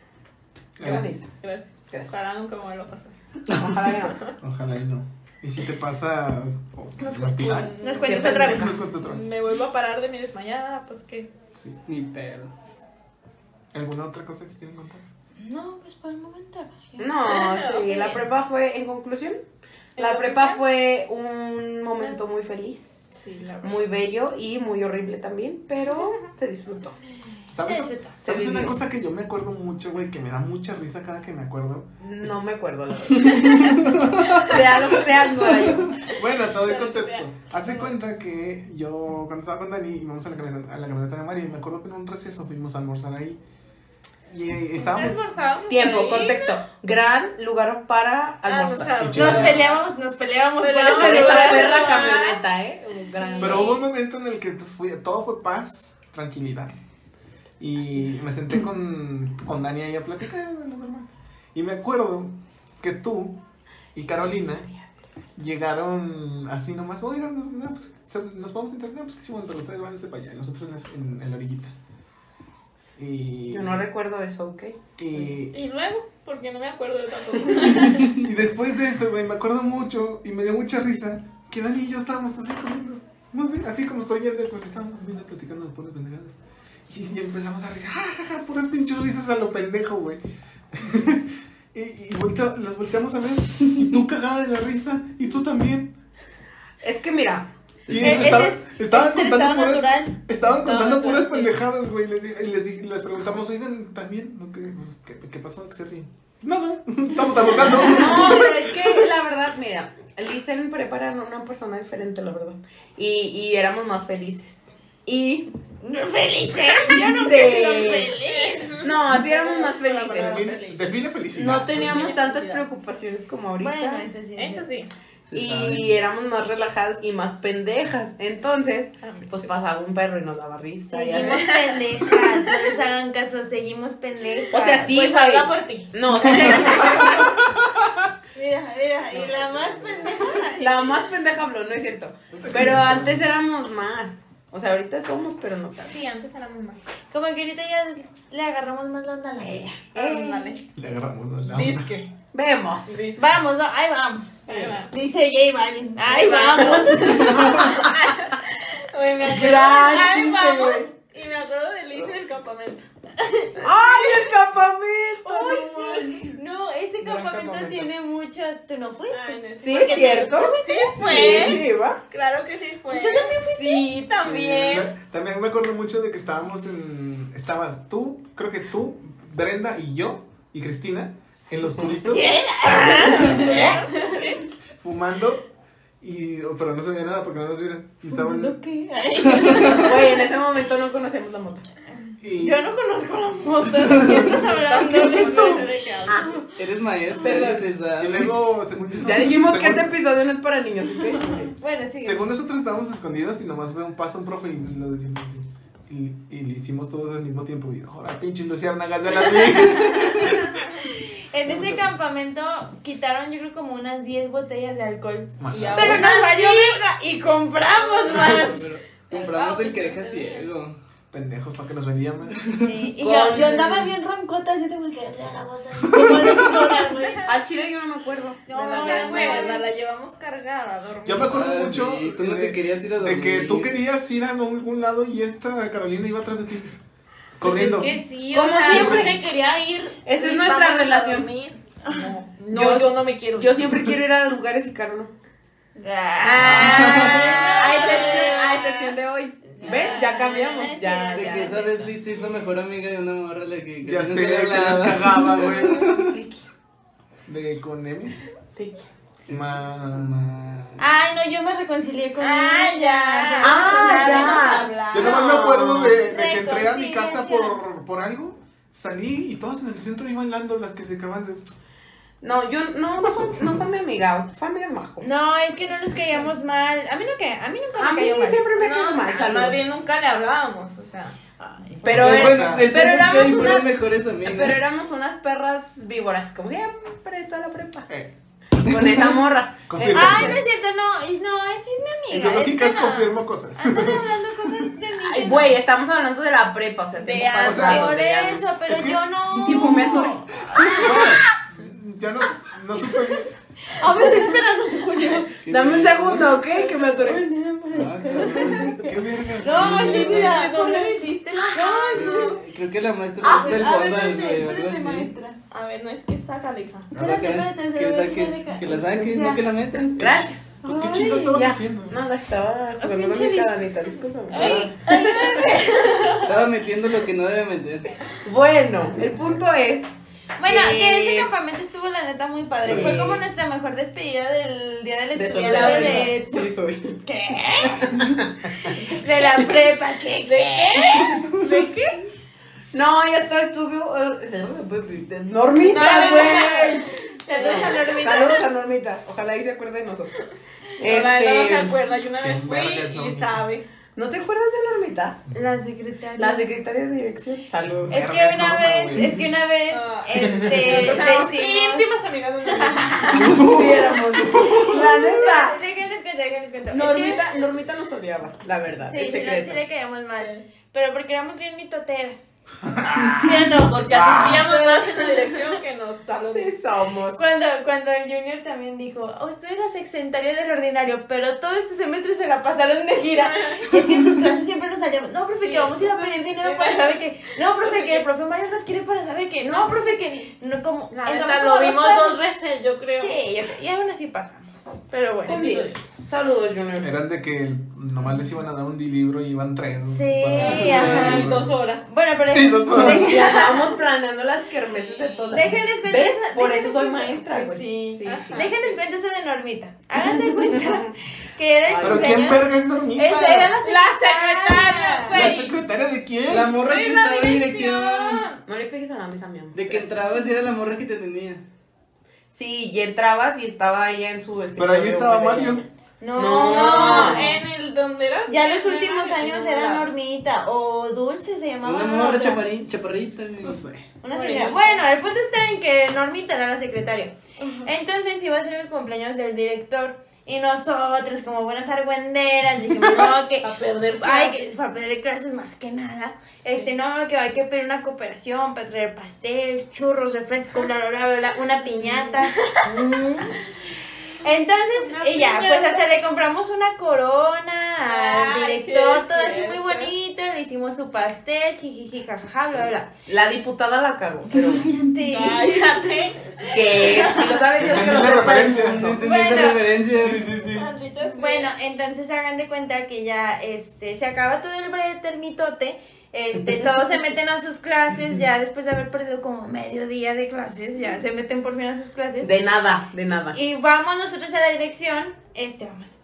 Gracias.
Gracias.
Gracias.
Gracias.
Para nunca me lo pasó.
Ojalá que no.
Ojalá y no. Y si te pasa oh, la pizza.
Nos
Mm,
cuentas otra vez.
Nos cuentas otra vez.
Me vuelvo a parar de mi desmayada, pues que.
Sí.
Ni pedo.
¿Alguna otra cosa que quieren contar?
No, pues por el momento. <laughs>
No, sí, la prepa fue, en conclusión, la
¿En
prepa
conclusión?
fue un momento muy feliz,
Sí, la verdad.
muy bello y muy horrible también, pero se disfrutó.
¿Sabes, ¿sabes una
vivió.
cosa que yo me acuerdo mucho, güey? Que me da mucha risa cada que me acuerdo.
No me acuerdo la verdad. <laughs> sea lo que sea, no era yo.
Bueno, te doy
Pero
contexto.
vean.
Hace cuenta que yo, cuando estaba con Dani, íbamos a la, camioneta- a la camioneta de María y me acuerdo que en un receso fuimos a almorzar ahí. Y eh, estábamos.
Almorzábamos
Tiempo,
ahí.
contexto. Gran lugar
Ah,
para almorzar.
Almorzábamos.
Y
Nos
Sí.
peleamos, nos peleamos por
Pero
ese
En esa
lugar.
perra camioneta, ¿eh? Un gran
Pero hubo un momento en el que pues, fui- todo fue paz, tranquilidad. Y me senté con, con Dani ahí a platicar de lo normal. Y me acuerdo que tú y Carolina llegaron así nomás. Oigan, nos, no, pues, se- nos vamos a internet. No, pues que sí, bueno, pero ustedes váyanse para allá. y Nosotros en la, en- en la orillita. Y,
Yo no recuerdo eso, ¿ok?
y,
Y luego, porque no me acuerdo de tanto.
y después de eso, güey, me acuerdo mucho y me dio mucha risa que Dani y yo estábamos así comiendo. No sé, así como estoy viendo, porque estábamos comiendo, platicando de puras pendejadas. Y, y empezamos a reír, ja, ja, ja, puras pinches risas a lo pendejo, güey. <laughs> y y voltea- las volteamos a ver, y tú cagada de la risa, y tú también.
Es que mira,
Y
Ese es-
estaba-
ese es
estaban
el
contando
estado
puras-
natural.
Estaban contando
Estaban
puras
contando.
pendejadas, güey. y Les, dije- y les, dije- les preguntamos, oigan, también, ¿No? ¿Qué, pues, qué, qué pasó? ¿Qué se ríen? Nada, <laughs> estamos almorzando.
No, o sea, es <laughs> que la verdad, mira, Listen preparan a una persona diferente, la verdad. Y, y éramos más felices. Y.
Felices. Yo nunca he sido feliz.
No, sí éramos más
Pero
felices.
Define,
feliz.
define felicidad.
No teníamos tantas preocupaciones como
Bueno,
ahorita.
eso sí.
Eso sí.
Se
Y
sabe.
éramos más relajadas y más pendejas. Entonces, pues pasaba un perro y nos daba risa. y
Seguimos
así.
pendejas, no les hagan caso, seguimos pendejas.
O sea, sí,
Pues
Javi.
habla por ti.
No, sí, sí, <laughs>
Mira, mira, y la más pendeja.
la más pendeja habló, no es cierto. Pero antes éramos más. O sea, ahorita somos, pero no tanto.
Sí, antes éramos más.
Como que ahorita ya le agarramos más la onda a la ella.
Eh. Ah,
Ándale.
Le agarramos ¿no? la onda.
Ah, Disque.
Vemos.
Disque.
Vamos, va- ahí vamos.
Ahí va.
Dice J Balvin, ahí vamos. Güey, me acuerdo.
Gran
Ahí
chiste,
vamos.
güey.
Y me acuerdo del inicio del campamento.
¡Ay, el campamento!
Uy,
no manches!
sí. No, ese
Gran
campamento,
campamento.
tiene muchas. ¿Tú no fuiste?
Ay, no,
Sí, es cierto.
Sí fue.
Sí, sí, <laughs> va.
Claro que sí fue.
¿Tú también fuiste?
Sí, también.
Me- también me acuerdo mucho de que estábamos en. Estabas tú, creo que tú, Brenda y yo, y Cristina, en los cubitos. <laughs> Fumando. Y, oh, pero no se veía nada porque no nos vieron. Y estaban.
qué?
Güey, en ese momento no conocíamos la moto.
Y,
Yo no conozco la
<laughs>
moto. ¿De qué estás hablando?
¿Qué es eso?
Eres maestra,
Perdón.
eres esa.
y luego, según yo,
Ya dijimos que
según-
este episodio no es para niños, ¿ok?
<laughs> Bueno, sigue.
Según nosotros estábamos escondidos y nomás ve un paso un profe y lo decimos así. Y, y lo hicimos todos al mismo tiempo. Y ahora pinches luciérnagas ya las vi.
En
No,
ese
muchas gracias.
campamento quitaron yo creo como unas 10 botellas de alcohol.
Y
Maja.
ahora-
Pero
Aún
nos valió verga y compramos más.
Pero compramos el que deja ciego.
Pendejos, ¿para que nos vendían? man?
Sí, y yo,
Con-
yo andaba bien roncota, así tengo que hacer la voz así. como de cora,
<laughs>
güey.
Al chile yo no me acuerdo.
No,
No,
no,
la,
no, no, no.
la llevamos cargada, dormida.
Yo me acuerdo
Ah,
mucho
sí, tú no te
de-
querías ir a
De
dormir.
que tú querías ir a algún lado y esta Carolina iba atrás de ti.
Pues es
Corriendo.
que sí,
Como
o sea,
siempre.
se quería ir.
Esta es
y
nuestra
vámonos a
relación.
dormir.
No,
yo,
yo-
no me quiero.
Yo siempre quiero ir a lugares y Caro no.
Ah.
A excepción, a excepción de hoy. ¿Ves? Ya cambiamos. Ya,
De
ya.
que esa vez Liz se hizo mejor amiga de una morra la que. que
Ya
no
sé
se le
que las
hablaba.
cagaba, güey. De con M. Ma...
Ay, no, yo me reconcilié con
Ah,
él.
ya.
Ah, ya.
ya.
Yo nomás me acuerdo de, de que entré a
Reconciliación.
mi casa por, por algo, salí y todas en el centro iban lando las que se acaban de...
No, yo no, no, son- no fue mi amiga, fue amiga de Majo.
No, es que no nos caíamos mal. A mí, no que, a mí nunca
A
me
mí
cayó mal.
siempre me quedó
No, o
mal,
sea,
saludos.
más bien nunca le hablábamos, o sea.
Pero,
Pues
eh,
bueno,
el punto es
pero
que
éramos
fueron
una-
mejores amigas.
pero éramos unas perras víboras, como siempre, toda la prepa.
Eh,
Con esa morra.
Confirmo.
Ay, no es cierto, no, no, esa es mi
en
amiga.
biológicas
esta no.
confirmo cosas.
Andan hablando cosas de mí.
Ay, güey, estamos hablando de la prepa, o
<laughs>
sea,
De
tiempo
antes.
pasado,
Por
de antes.
eso, pero
Es que-
yo no.
Tipo, me atoré.
ya <laughs> no, no supe bien.
A
<laughs>
ver, espéranos, Julio.
Qué
Dame un
verga.
segundo, ¿ok? Que me atoré.
Ah, cabrón.
Qué verga.
No, Lidia,
¿De
no
dónde
le
metiste la
Creo que la maestra
Ah,
le gusta el
a ver,
bondage, güey, o algo así.
A ver, no es que saca, hija.
Ah, ok.
espérate, espérate,
Que la
se ve
saques,
bien
que la saques,
Ya.
no que la metas.
Gracias.
Pues, ¿Qué chingo estabas haciendo?
Nada, estaba jugando
Pinche
mi
bis-
cadenita, discúlpame.
Estaba metiendo lo que no debe meter.
Bueno, el punto es.
Bueno,
Eh,
que ese campamento estuvo la neta muy padre.
sí.
Fue como nuestra mejor despedida del día del
De
estudiante de,
soltera. Sí, soy.
de la prepa. ¿Qué?
No, ya está, estuve. eh, Normita, güey.
Saludos a Normita.
Saludos a Normita. Ojalá y se acuerde de nosotros.
Ahora no se
Este,
acuerda, yo una
Qué
vez fui
vergas, no,
y
mija.
sabe.
¿No te acuerdas de Normita?
La secretaria.
La secretaria de dirección. Saludos.
es que
Vergas,
una
no,
vez,
güey.
es que una vez,
Ah.
<laughs>
este,
O sea, éramos
decidimos-
íntimas amigas de una
Sí, éramos. La neta.
Déjenles cuento, déjenles cuento. Es que-
Normita, Normita nos odiaba, la verdad.
Sí,
el
sí,
secreto.
sí le caíamos mal. Pero porque éramos
<laughs>
bien mitoteras.
Pues
Porque
Ah.
asistíamos más en la dirección que nos saludó.
Sí, somos.
Cuando, cuando el Junior también dijo, usted es la secretaria del ordinario, pero todo este semestre se la pasaron de gira. Y es que en sus clases siempre nos salíamos, no, profe,
Sí,
que vamos a ir a pedir dinero para saber qué. No, profe, que el profe Mario nos quiere para saber qué. No, profe, que no como...
La
entramos
neta, lo
como a
vimos
clases.
dos veces, yo creo.
Sí, yo- y aún así pasamos. Pero bueno.
Con diez. Saludos, Junior.
Eran de que nomás les iban a dar un libro y iban tres.
Sí,
Bueno,
ajá.
Y dos horas.
Bueno, pero...
Sí, no son-
Dejen-
Ya estábamos planeando las kermeses de todas.
Déjenles ver
¿Ves?
esa-
Por
déjenles
eso soy
ver-
maestra, güey.
Sí. Ah.
Sí, sí.
Déjenles cuento eso de Normita. Hagan de cuenta que era el
Pero ¿quién
cumpleaños.
verga es dormida?
Esa era la
La secretaria,
¿La
güey.
secretaria de quién?
La morra que
Fue la
estaba en dirección.
dirección.
No le pegues a la mesa, mi amor.
De que entrabas y era la morra que te tenía.
Sí, y entrabas y estaba ella en su
Pero
escritorio.
ahí estaba
güey,
Mario.
No.
No.
No, en el donde era.
Ya los últimos
Era-
años era Normita o Dulce se llamaba.
Una
¿no?
morra
Otra.
chaparri- chaparrita. güey.
No sé.
Una señora. Bueno, el punto está en que Normita era la secretaria. Entonces iba a ser el cumpleaños del director. Y nosotros, como buenas argüenderas, dijimos, no, que.
A perder
Hay
clases.
que para perder clases más que nada. Este, no, que hay que pedir una cooperación para traer pastel, churros, refresco, bla, bla, bla, bla, bla,
<laughs>
una piñata. Entonces,
Una
y ya, pues
piñata.
hasta le compramos una corona al
Ay,
director,
sí,
todo así
cierto.
muy bonito, le hicimos su pastel, jijiji, jajaja, bla, bla, bla.
La diputada la cagó,
<laughs>
pero
Sí.
Cállate.
que si lo sabes Dios que
Entendí
lo
la
sepa.
referencia.
No entendí
Bueno.
esa referencia.
Sí, sí, sí.
Malditas
Bueno, entonces hagan de cuenta que ya este, se acaba todo el brete, el mitote. Este, todos se meten a sus clases, ya después de haber perdido como medio día de clases, ya se meten por fin a sus clases.
De nada, de nada.
Y vamos nosotros a la dirección, este, vamos.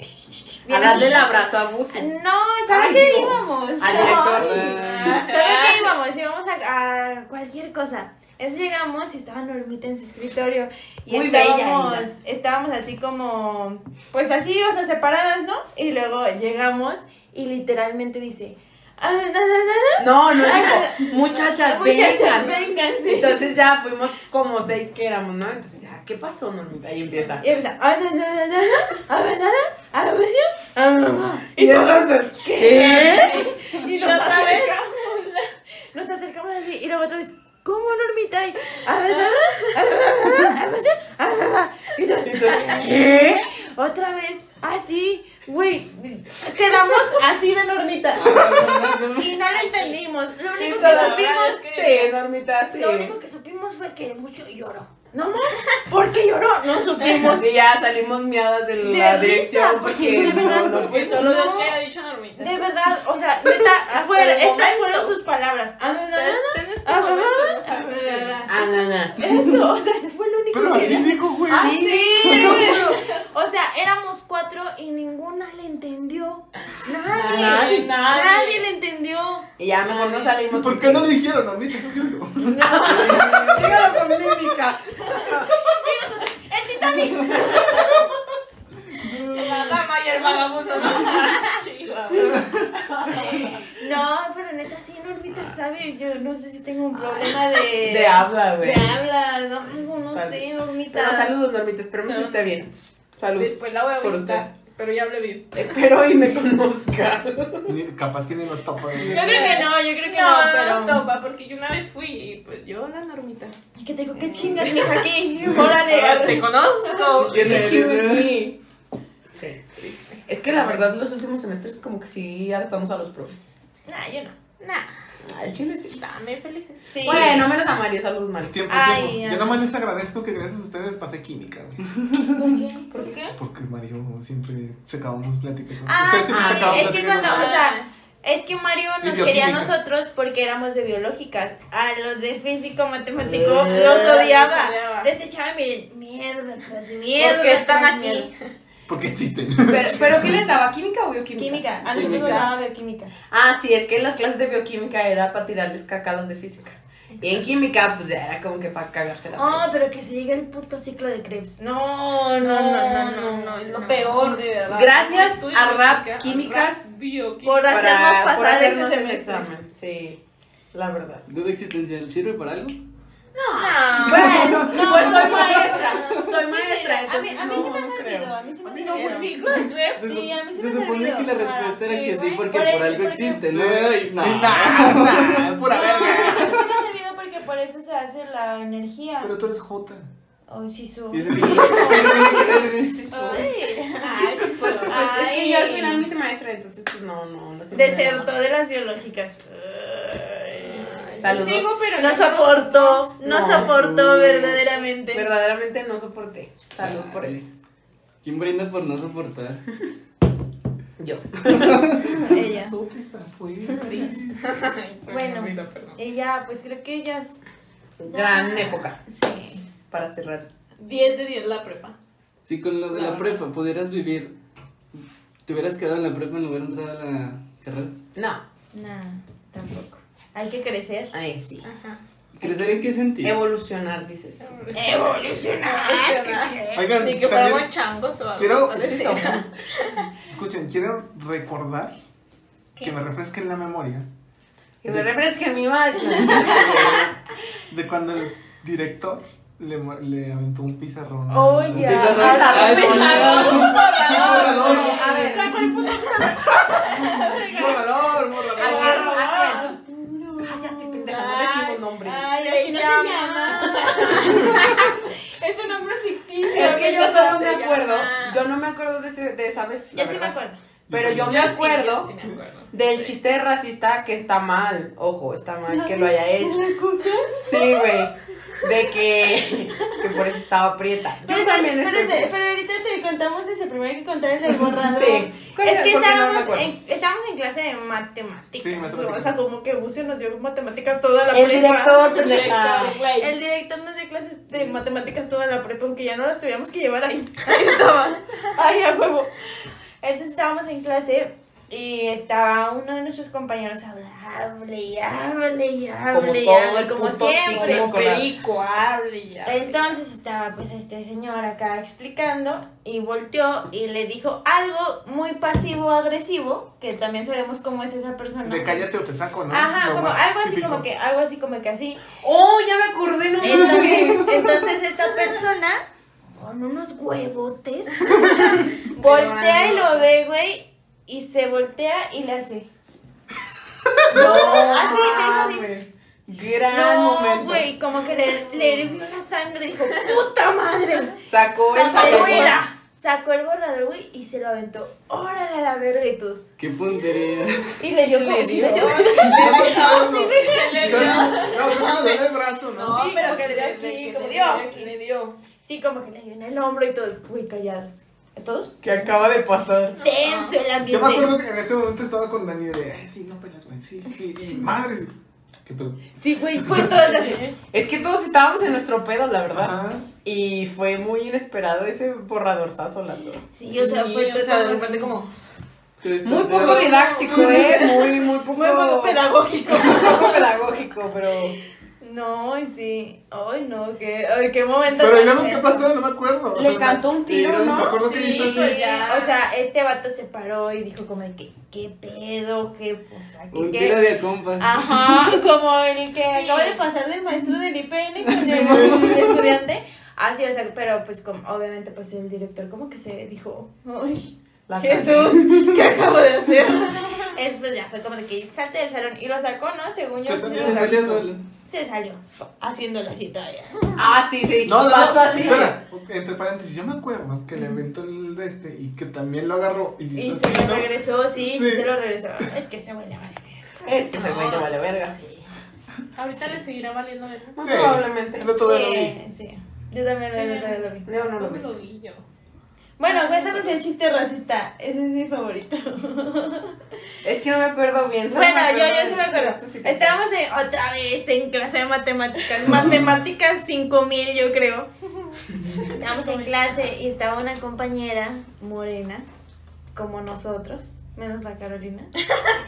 A darle el abrazo a Buzo.
No, ¿sabe
Ay,
qué
no.
íbamos?
Al director.
Ah,
¿Sabe qué íbamos? Íbamos a, a cualquier cosa. Entonces llegamos y estaba Normita en su escritorio. Y
Muy bella
estábamos,
ella.
estábamos así como, pues así, o sea, separadas, ¿no? Y luego llegamos y literalmente dice,
No, no dijo, muchachas,
Muchachas,
vengan.
vengan, sí.
Entonces ya fuimos como seis que éramos, ¿no? Entonces, ya, ¿qué pasó, mamita? Ahí empieza.
Y empieza, "Ah, na, na, na, na, ah, na, na, ah, pues sí, ah, na, na".
Y entonces, ¿qué?
Y nos acercamos. Nos acercamos así y luego otra vez, ¿cómo Normita? Y, "Ah, na, na, na, ah, na, na, na, ah, pues sí, ah, na, na". Y entonces,
¿Qué?
otra vez, así, güey, quedamos así de Normita. Y no lo entendimos. Lo
Y
único que
todavía
supimos
es que- Sí, normita, sí.
Lo único que supimos fue que Lucio lloró. No más, ¿por qué lloró? No supimos.
Y ya salimos miadas de la
De
dirección
risa,
porque
porque de
no,
verdad,
no
Porque
puede
solo
No.
los que ha dicho Normita.
De verdad, o sea, neta, fuera-
el
estas
momento.
fueron sus palabras. Ah, na, na, na,
Está en este
ah,
momento,
na,
no
na,
sabes qué.
na, na.
Ah, no, no.
Eso, o sea, ese fue el único
Pero
que...
así dijo, güey.
<laughs>
Ah, sí. O sea, éramos cuatro y ninguna le entendió. Nadie.
Nadie,
Nadie,
nadie.
le entendió.
Y ya mejor no salimos.
¿Por qué no
<laughs>
le dijeron? Normita, escríbelo.
Dígalo con lírica.
Y nosotros, el Titanic.
La dama y el <laughs> vagabundo, ¿no? Chihuahua.
No, pero neta, sí, Normita sabe. Yo no sé si tengo un problema de...
<laughs> Eh, De habla, güey.
De habla, no, algo, no
Tal
sé,
vez.
Normita.
Pero saludos, normita. Esperemos que
No.
esté bien. Saludos.
Después la voy a
Por
buscar. Espero ya hable bien.
Espero y me conozca.
<laughs> Ni- Capaz que ni los topa. güey.
Yo creo que no, yo creo que no,
No, no,
pero...
nos topa, porque yo una vez fui y pues yo la normita.
Y que te digo, ¿qué chingas,
<laughs>
mija, aquí? Órale,
Ah, Te conozco.
Yo me chido aquí. Sí. Es que la verdad, los últimos semestres, como que sí hartamos a los profes.
Nah, yo no.
Nah,
Al chile sí.
dame felices.
Sí.
Bueno, menos a Mario. Saludos, Mario.
Tiempo,
Ay,
tiempo.
ay.
Yo nomás les agradezco que gracias a ustedes pasé química, güey.
¿Por qué?
Porque Mario siempre se acabamos platicando.
Ah,
ustedes
sí,
siempre se acaban
es que
platicando.
cuando, o sea, es que Mario
Y
nos quería a
bioquímica.
nosotros porque éramos de biológicas. A los de físico,
Eh,
matemático, los odiaba.
los odiaba.
Les echaba, miren, mierda tras mierda.
Porque están
tras
aquí.
mierda.
Porque
<laughs>
existen.
Pero, ¿Pero qué les daba? ¿Química o bioquímica?
Química, a nosotros nos
Química.
daba bioquímica.
Ah, sí, es que en las clases de bioquímica era para tirarles cacadas de física. Y en química, pues ya era como que para cagárselas.
Oh, pero que se diga el puto ciclo de Krebs. No, no, no, no, no, no.
es lo
no.
peor, de verdad.
Gracias
Estudio
a Rap
química,
Químicas
Rap Bio,
Por
Para-
hacernos pasar
por hacernos
ese
ese
semestre.
examen. Sí, la verdad.
Duda existencial, ¿sirve para algo?
Ah,
Nah.
Bueno, pues soy maestra. pues,
Soy maestra, a mí, a mí sí me ha
no creo.
servido, a mí sí me ha
No, pues un
servido. <laughs>
ciclo de Krebs.
Se,
Sí, a mí sí
se
me ha
supone
servido.
que la
Ah,
respuesta era
sí,
que sí,
güey.
porque
Por
por,
el-
algo
porque-
existe,
Sí.
¿no? Y
<laughs> Nah,
nada.
nah, pura
<laughs>
verga.
No, sí me ha servido porque por eso se hace la energía.
Pero tú eres Jota.
Oh, sí, su.
Y ese tipo, sí, güey, que- sí, sí.
Ay,
Pues,
pues,
pues es que
Ay.
yo al final me hice maestra, entonces pues no, no, no sirve de
Desertó
nada.
de las biológicas. Ay.
Saludos.
Sigo, pero
No
yo no-
soportó, no
No.
soportó verdaderamente.
Verdaderamente no soporté. Salud por
Ay.
eso.
¿Quién brinda por no soportar?
Yo.
Ella.
Sopa está afuera.
Ay, soy
Bueno.
normita, perdón.
Ella, pues creo que ellas.
Gran época
Sí.
para cerrar.
10 de 10 la prepa.
Si con lo de
No,
la
no.
prepa pudieras vivir, te hubieras quedado en la prepa en lugar de entrar a la carrera.
No.
Nah, tampoco. Hay que crecer.
Ahí sí.
Ajá.
¿Crecer en qué
Em,
sentido?
Evolucionar, dices.
Evolucionar.
Oigan,
Ni que
también-
fuéramos changos o algo.
Quiero-
Así
<laughs> Sí,
somos.
somos.
Escuchen, quiero recordar que me refresquen la
<laughs>
memoria
Que me refresquen mi máquina.
de cuando el director le, mo- le aventó un pizarrón. a-
Oh,
un
ya.
pizarrón.
Pizarrón.
Pizarrón,
Ay,
pizarrón.
no.
Borrador,
A ver,
Sacó el puto
borrador,
¿a
borrador.
quién? ¿A quién? Cállate, pendeja, no decimos nombre.
Ay,
así
así
no
no
se
se llama. es un nombre ficticio.
Es que yo solo me acuerdo,
llama.
yo no me acuerdo de, ese- de esa vez. la
Yo sí me
verdad.
acuerdo.
Pero yo
Yo
me
sí, yo
acuerdo
sí me acuerdo.
del
Sí.
chiste racista que está mal. Ojo, está mal que lo haya hecho. Sí, güey. De que, que por eso estaba prieta. Yo también
pero,
estoy.
Eh, pero ahorita te contamos ese primero hay que contar el del
<laughs>
borrador.
Sí.
Es que
Porque no me
estábamos,
acuerdo.
en, estábamos en clase de matemáticas.
Sí, matemáticas.
O sea, como que Bucio nos dio matemáticas toda la
El
prepa.
director, Ah. pendeja.
Director, güey.
El director nos dio clases de matemáticas toda la prepa, aunque ya no
<laughs>
las tuviéramos que llevar ahí. Ahí estaba. Ahí a huevo. Entonces estábamos en clase Y estaba uno de nuestros compañeros hable y hable y hable
Como
y
todo el
hable, como
puto
siempre.
ciclo.
Como perico, hable y hable.
Entonces estaba pues este señor acá explicando y volteó y le dijo algo muy pasivo-agresivo, que también sabemos cómo es esa persona.
De cállate o te saco, ¿no?
Ajá,
Lo
como
más
algo así
típico.
como que, algo así como
<laughs>
que así.
¡Oh, ya me acordé! ¡No mames!
Entonces, entonces esta persona con unos
<laughs>
huevotes voltea y lo ve, güey, y se voltea y le
<laughs>
hace. No, así le hizo así.
Gran
No,
momento.
güey, como que le, le hirvió la sangre, dijo, puta madre.
Sacó el
Sacó el,
salón.
borrador, sacó el borrador, güey, y se lo aventó. Órale a la verga y todos.
Qué puntería.
<laughs> Y le dio
Le
como si le
dio.
dio.
No, no, no, no. No, creo que nos duele el brazo, ¿no?
No,
Sí,
pero
como que
que
le dio
le,
aquí,
que
como
le
dio.
que le dio.
Sí, como que le dio en el hombro y todos, güey, callados. ¿Todos?
Que acaba de pasar.
Tenso
Yo
el
me
ambiente.
acuerdo que en ese momento estaba con Dani de, "Ay, sí, no pelas, güey, sí, sí, y madre. ¿Qué pedo?
Sí, güey, fue todo así.
Es que todos estábamos en nuestro pedo, la verdad.
Ajá.
Y fue muy inesperado ese borradorzazo, la verdad.
Sí, o sea, fue
o
todo.
sea, de repente como...
Muy poco didáctico, ¿eh? Muy, muy poco,
Muy poco pedagógico.
poco pedagógico, pero...
No, y sí. Ay, no, qué, ay, qué momento.
Pero ¿y
tan
luego qué
tenso.
pasó? No me acuerdo. O sea,
Le cantó un tiro,
Me
¿no?
acuerdo que
Sí,
hizo así.
güey. ya.
O sea, este vato se paró y dijo como de que, qué pedo, qué, o sea, que Ah,
Un
qué.
tiro de compas.
Ajá, como el que acaba de
Ah, Sí.
pasar del maestro del IPN con <laughs> el estudiante. Así, o sea, pero pues como, obviamente pues el director como que se dijo, ay,
La
Jesús, ¿qué acabo de hacer? <laughs> Es, pues ya fue como de que salte del salón y lo sacó, ¿no? Según yo,
Se
sí
salió.
lo
Se
sacó.
salió solo.
se salió haciéndolo así todavía.
Ah, sí, sí.
No, no,
Pasó
no,
así.
espera, entre paréntesis, yo me acuerdo que le aventó el de este y que también lo agarró y le
Y
hizo
se
así,
lo
¿no?
regresó, sí,
Sí.
se lo regresó. Es que se huele mal.
Es que se güey no vale verga.
Sí.
Ahorita le seguirá valiendo verga.
Sí,
Probablemente.
El otro día lo vi.
Sí, sí. Yo también lo vi, lo vi, lo vi.
No, no lo
¿Cómo
viste.
lo vi yo?
Bueno, cuéntanos el chiste racista. Ese es mi favorito.
Es que no me acuerdo bien. solo
Bueno, yo, yo
de-
sí me acuerdo.
Tú sí te acuerdas.
Estábamos en- otra vez en clase de matemáticas. Matemáticas 5000, yo creo. Estábamos en clase y estaba una compañera morena, como nosotros, menos la Carolina.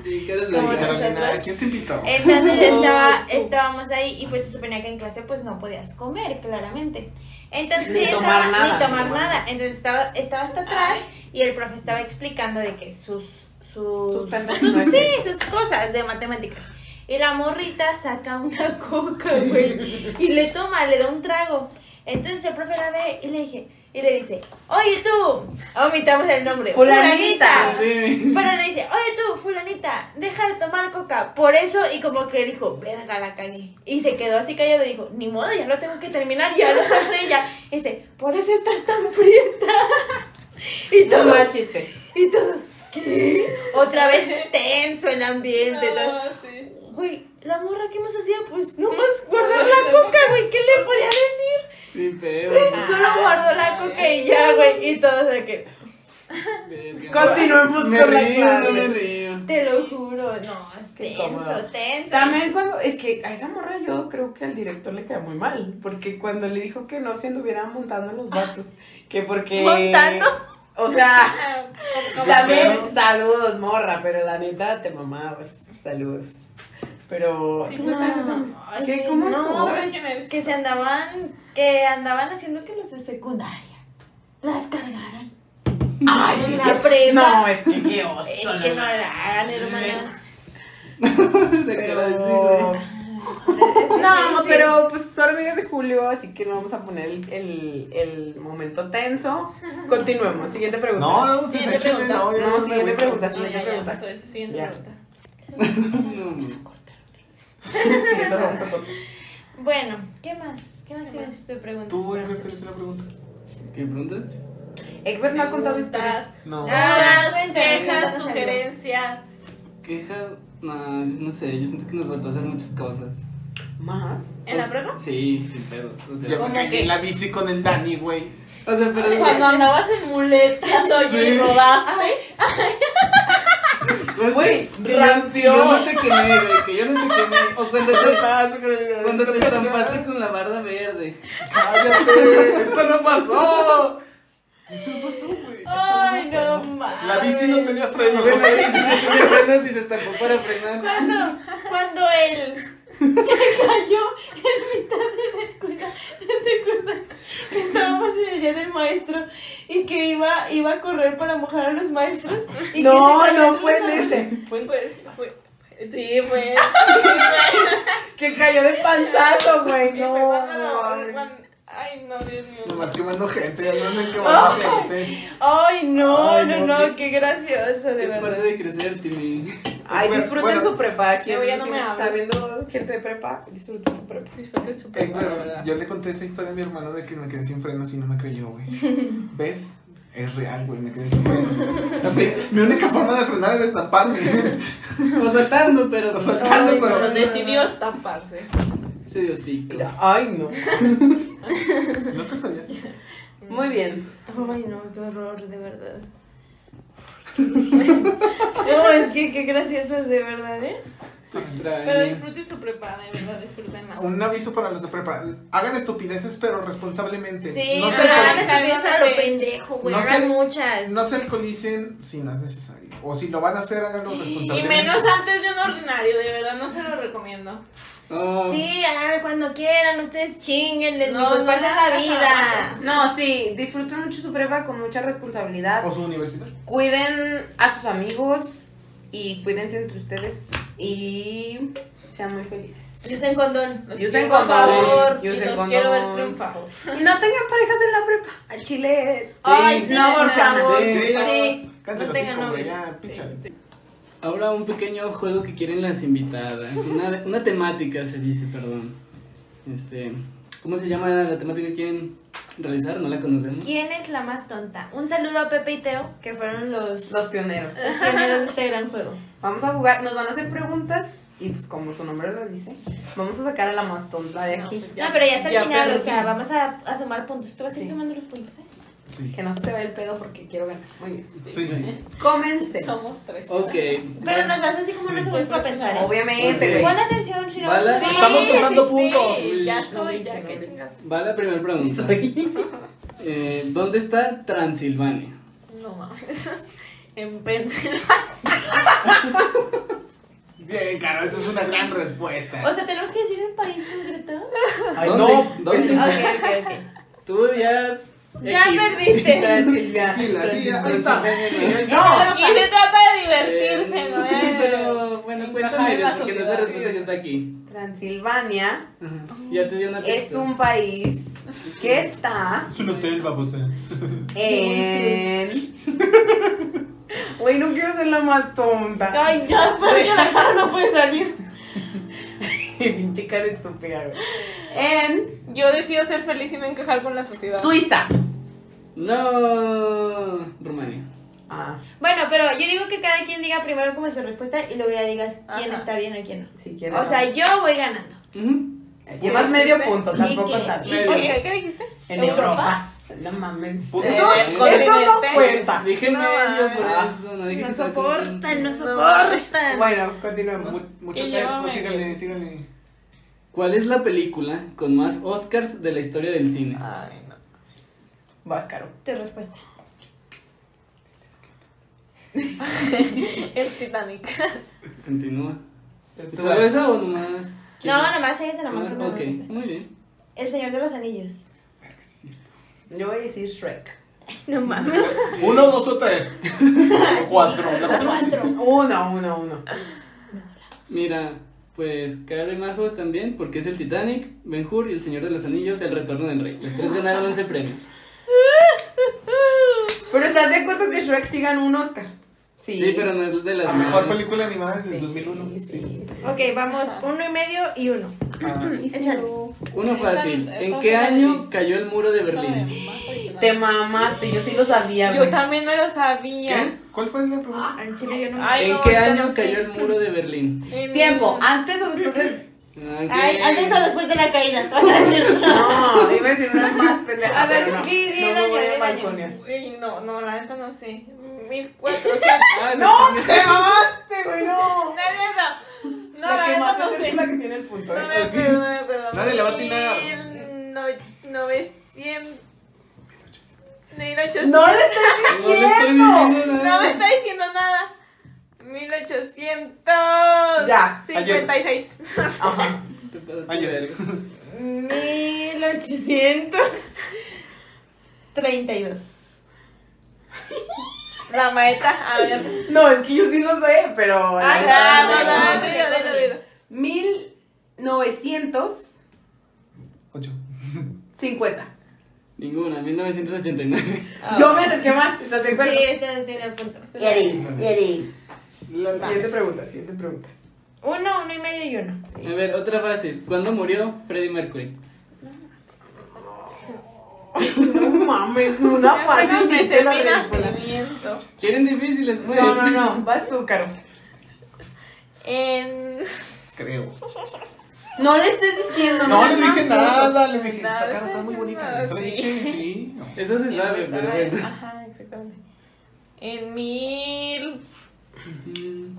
Sí, que eres
Le
Como
dije,
la
Carolina,
nosotros. Eh,
¿quién te invitó?
<laughs>
Entonces estaba, estábamos ahí y pues se suponía que en clase pues no podías comer, claramente. Entonces
Ni
sí,
tomar
estaba-
nada,
ni tomar
ni tomar
nada. Entonces estaba, estaba hasta atrás y el profe estaba explicando de que sus sus,
Sus pendejadas.
sus sí, sus cosas de matemáticas. Y la morrita saca una <laughs> coca, güey, y le toma, le da un trago. Entonces el profe la ve y le dije y le dice, "Oye tú, omitamos el nombre,
Fulanita.
fulanita.
Ah, Sí. <laughs>
Pero le dice, oye tú, fulanita, deja de tomar coca. Por eso, y como que dijo, verga, la cagué. Y se quedó así callado y dijo, ni modo, ya lo tengo que terminar, ya lo solté ya. Y dice, por eso estás tan prieta. <laughs> Y
No, no
todos,
es chiste.
y todos, ¿qué? Otra vez tenso el ambiente. todo.
No, sí.
Güey, la morra que más hacía, pues nomás guardar la coca, güey, ¿qué le podía decir?
Sin pedo.
Solo guardó la coca y ya, güey. Y todos de que,
Verga.
Continuemos
Me
con la
<laughs>
río, no me
clase.
río. <laughs>
te lo juro, no, es
Qué
tenso,
incómodo.
tenso.
También cuando, es que a esa morra yo creo que al director le queda muy mal, porque cuando le dijo que no se anduvieran montando los vatos, que porque...
¿Montando?
O sea,
Ah, como-
también saludos morra, pero la neta te mamabas, saludos. Pero...
Sí, pues,
No, ay,
¿Qué?
que
¿Cómo estuvo?
no, pues,
¿Sabes quién eres?
que se andaban, que andaban haciendo que los de secundaria las cargaran.
Ay, sí,
En la
sí.
prepa.
No, es que qué oso.
Eh,
la
que no
neta.
la hagan, hermanas.
Se acaba de decir, güey. <laughs>
No, pero pues son amigos de Julio, así que no vamos a poner el, el, el momento tenso. Continuemos, siguiente pregunta.
No, no, se
Siguiente
me echen,
pregunta.
no, yo
No,
me
siguiente
voy.
pregunta,
No,
siguiente
ya, ya,
pregunta.
pasó eso, siguiente
Ya.
pregunta.
No, güey.
Sí, eso lo vamos a cortar.
Bueno, ¿qué más? ¿Qué más
¿Qué
tienes
más?
de preguntas?
Tú, güey, me una pregunta.
¿Qué preguntas?
Egbert no ha contado
este
historia.
No.
Ah,
Dudas,
cuéntanos,
quejas,
cuéntanos algo.
sugerencias.
Quejas, no, no sé, yo siento que nos faltó hacer muchas cosas.
<laughs> Más.
¿En la
Pues,
prepa?
Sí, sin pedos. O sea,
Ya me caí en la bici con el Dani, güey.
o sea pero
Cuando andabas en muletas, oye,
Sí.
y rodaste.
Pues,
Güey,
que yo-
rompió.
Yo no te quemé, güey, que yo no te quemé. O cuando
<laughs> ¿Qué te
te,
pasa, Carolina?
cuando
¿Qué
te
pasa?
estampaste con la barda verde.
Cállate, eso no pasó. Eso no pasó, güey.
Oh. Ay, no mames.
La bici no tenía frenos.
Bueno, a veces no tiene frenos y se estancó para frenar.
Cuando, cuando él se cayó en mitad de la escuela, ¿se acuerdan? Que Estábamos en el día del maestro y que iba, iba a correr para mojar a los maestros. Y que
No,
se
no
cayó
fue
en los
en este.
Fue, fue, pues, fue. Sí, <laughs> fue.
Que cayó de panzazo, <laughs> güey.
Sí,
No.
fue cuando lo-
mames.
cuando- Ay, no, Dios mío.
Nomás quemando gente, ya no andan quemando gente.
Ay, no,
Ay, no,
no, no,
qué-
qué gracioso, de
Es parte
verdad.
de crecer, Timmy.
Ay,
Pues,
disfruten
bueno.
su prepa.
Yo ya
Quien
no
si
me
nos está
hablo.
viendo gente de prepa, disfruten su prepa.
Disfruté el super.
Eh, güey, yo le conté esa historia a mi hermano de que me quedé sin frenos y no me creyó, güey. ¿Ves? Es real, güey, me quedé sin frenos. Mi, mi única forma de frenar era estamparme.
O saltando, pero.
O saltando,
Ay,
pero-
Pero decidió estamparse.
Se dio cinco.
Mira, Ay, no.
¿No te sabías?
Muy bien.
Ay, no, qué horror, de verdad. <laughs> No, es que qué graciosos, de verdad, ¿eh?
Se extraña.
Pero disfruten su prepa, de verdad, disfrútenla.
Un aviso para los de prepa. Hagan estupideces, pero responsablemente.
Sí,
no,
no
se
pero
alco-
hagan
estupideces a lo pendejo, güey.
No
hagan
sé-
muchas.
no se alcoholicen si no es necesario. O si lo van a hacer, háganlo
Y
responsablemente.
menos antes de un ordinario, de verdad, no se lo recomiendo.
No.
Sí, hagan cuando quieran, ustedes chinguen,
No,
no, pues
no
pasen
hagan
la
esas
vida.
No, sí, disfruten mucho su prepa con mucha responsabilidad.
O su universidad.
Cuiden a sus amigos y cuídense entre ustedes y sean muy felices.
Y usen condón.
Y usen condón.
favor,
Sí,
y
usen
los
condón.
quiero ver triunfar.
Y no tengan parejas en la prepa.
Al chile.
Ay, sí,
no, por
sí,
favor.
sí,
ya.
Sí.
Cántalo
No
así
tengan
como,
novios.
ya, píchale.
Ahora un pequeño juego que quieren las invitadas. Una, una temática se dice, perdón. Este. ¿Cómo se llama la temática que quieren realizar? No la conocemos.
¿Quién es la más tonta? Un saludo a Pepe y Teo, que fueron los,
Los pioneros.
<laughs> los pioneros de este gran juego.
Vamos a jugar, nos van a hacer preguntas y pues como su nombre lo dice, vamos a sacar a la más tonta de aquí.
no, pero ya está
ya
al final,
perdí.
o sea, vamos a, a sumar puntos. Tú vas a ir
Sí.
sumando los puntos, ¿eh?
Sí.
Que no se te vea el pedo porque quiero ganar. Muy bien.
Sí.
Comencemos.
Somos tres.
Ok.
Pero nos das así como unos segundos para pensar, ¿eh?
Obviamente.
Ok.
güey.
Pon atención, si no
Vale.
vas a-
Estamos contando puntos.
Sí, ya soy,
Sí,
ya, qué
sí.
chingas.
Va la primera pregunta. <laughs> Eh, ¿Dónde está Transilvania?
No mames. <laughs> En Pensilvania.
Bien, Caro, esa es una gran respuesta.
O sea, tenemos que decir el país concreto.
Ay,
¿Dónde?
no.
¿Dónde?
ok, ok.
Tú ya.
Ya
X.
perdiste.
Tranquila,
<laughs> Transilvania.
sí, ahí está.
Transilvania.
Sí, ahí está.
<laughs> Aquí se trata de divertirse,
Eh,
¿no?
Sí, pero bueno,
Bajar
cuéntame, porque no
la
es la
sociedad.
respuesta que está aquí.
Transilvania
Ya te di una pista.
es un país que está
Es un hotel,
eh.
babosa.
en... <laughs> Güey, no quiero ser la más <laughs> tonta.
Ay, ya, pero que la cara no puede salir.
Pinche cara estúpida, güey. En
Yo decido ser feliz y no encajar con la sociedad.
Suiza.
No. Rumania.
Ah,
Bueno, pero yo digo que cada quien diga primero como su respuesta y luego ya digas quién
Ajá.
está bien o quién
si
no.
quieres.
O sea, yo voy ganando.
Ujú.
llevas medio punto,
¿Y
tampoco
qué?
tanto.
¿Y
¿Por qué? ¿Qué dijiste?
En
Europa?
Europa. No mames.
Puta.
Eso,
Eh,
eso no
continente.
cuenta.
Dije
No,
medio
ay.
por eso, no dije
No
que estaba
soportan, no
No.
soportan.
Bueno, continuemos.
Mu- Mucho
Y
texto,
llévame.
síganle, síganle.
¿Cuál es la película con más Oscars de la historia del cine?
Ay, no.
Vas, Caro.
Tu respuesta.
El Titanic.
Continúa. ¿Solo esa o nomás?
No, nomás ella se
Ah,
nomás una
Ok,
respuesta.
muy bien.
El Señor de los Anillos.
Yo voy a decir Shrek.
No mames.
Uno, dos o tres. Cuatro. La cuatro.
Uno, uno, uno.
Mira, pues Caro y Majos también, porque es el Titanic, Ben Hur y el Señor de los Anillos, el Retorno del Rey. Los tres ganaron 11 premios.
Pero ¿estás de acuerdo que Shrek siga en un Oscar?
Sí, pero no es de las
La mejor
más-
película animada desde el
Sí,
2001.
sí, sí.
ok, vamos, uno y medio y uno.
Ah,
Échale.
Uno fácil.
Esta-
¿En
esta
qué
fue la
año
difícil.
cayó el muro de Berlín?
Te mamaste, yo sí lo sabía.
Yo
güey.
también no lo sabía.
¿Qué? ¿Cuál fue la pregunta?
Al chile yo no.
Ay,
¿En
no,
qué
ahorita no
año
sé.
cayó el muro de Berlín? Ah,
En-
Tiempo, antes o después de.
Ok.
Ay, antes o después de la caída. Vas a <laughs> decir.
No, iba a decir una más pendeja.
A ver,
pero no.
di- di
No
el año,
me voy a
di el año.
balconear.
Uy, no, no, la neta no sé. 1400. <laughs>
Ah,
¡No! ¡Te mamaste, güey! ¡No!
La neta. No,
la
la
que más
neta
hace
no sé.
es la que tiene el punto.
No me
¿eh?
acuerdo, no me acuerdo.
Nadie le va a atinar.
Mil no- novecientos- mil 1800.
No le estoy
No le estoy diciendo
No me
nada.
está diciendo nada. 1856.
Ya,
<laughs>
Ajá.
Te puedo-
Ay, yo-
1832.
Ramaeta, a ver.
No, es que yo sí lo sé, pero. la
Ah,
neta,
ya,
no.
ya, dilo, dilo, dilo.
1950.
Ocho.
Ninguna, 1989.
Yo me acerqué más, ¿estás de acuerdo?
Sí, este tiene punto.
Yeri, Yeri.
La- la-
Siguiente pregunta, siguiente pregunta.
Uno, uno y medio y uno.
A ver, otra fácil. ¿Cuándo murió Freddie Mercury?
No mames, una
Bueno,
Ah, fácil
me
dice la
mi
de
nacimiento.
¿Quieren difíciles, pues?
No, no, no, vas tú, Caro.
En.
Creo.
No le estés diciendo
No le dije nada, le dije,
Nada,
esta cara está muy
sí,
bonita.
nada,
Eso le
sí.
dije, sí. no.
Eso se sabe, pero bueno.
Ajá, exactamente. En mil.
Mm.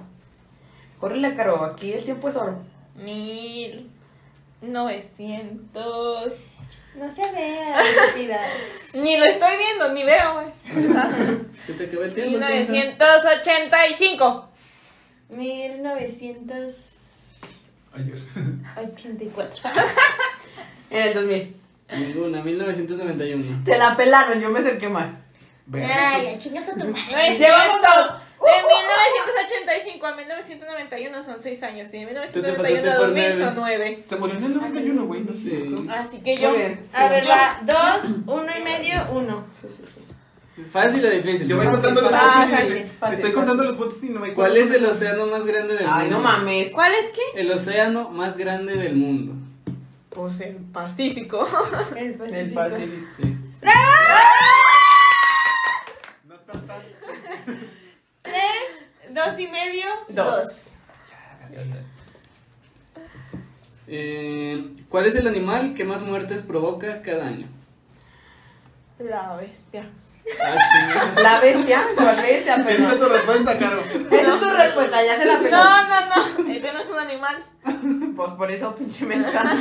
Córrele, Caro, aquí el tiempo es oro.
Mil. Novecientos.
No se vea, <laughs> estúpidas.
Ni lo estoy viendo, ni veo, güey.
<laughs>
Se te acabó el tiempo. tonta.
1985.
1984.
Ayer. <laughs>
En el 2000.
Ninguna, 1991.
Te la pelaron, yo me acerqué más.
Verga,
chingas a tu madre.
No es
Llevamos
cierto.
dos. Uh,
De 1985 a 1991 son 6 años y de
Tú te
1991
pasaste
a
por
2000
nueve.
son 9.
pues, Se murió en el 91, güey, no sé.
Sí.
Así que yo.
Muy bien.
A ver, va. Dos, uno y medio, uno.
Sí, sí, sí.
Fácil o difícil.
Yo voy contando los
fácil,
puntos y
fácil,
dice,
fácil,
estoy contando los puntos y no me
¿Cuál es el océano más grande del mundo?
Ay, no mames.
¿Cuál es qué?
El océano más grande del mundo.
Pues el
<laughs>
Pacífico.
El
El Pacífico.
Sí.
No está tan.
Dos y medio.
Dos.
Eh, ¿Cuál es el animal que más muertes provoca cada año?
La bestia.
Ah,
<laughs>
chingada.
La bestia, ¿cuál bestia?
Piensa
Pero...
tu respuesta, Caro.
Esa es tu respuesta, ya se la peló.
No, no, no. Este no es un animal.
Pues por eso, pinche mensaje.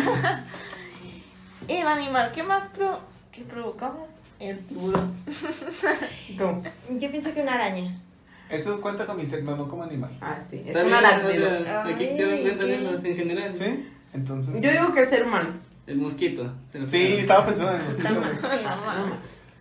El animal que más pro... que provocabas.
<laughs>
El tiburón.
Tú.
Yo pienso que una araña.
Eso cuenta como insecto, no como animal.
Ah, sí. Es
Está
una
bien, o
lácteo.
sea, Aquí
Ay,
tengo en cuenta
¿qué?
eso en general.
¿Sí? Entonces.
Yo digo que el ser humano.
El mosquito. se lo
Sí,
pego.
estaba pensando en el mosquito, güey.
No, mames.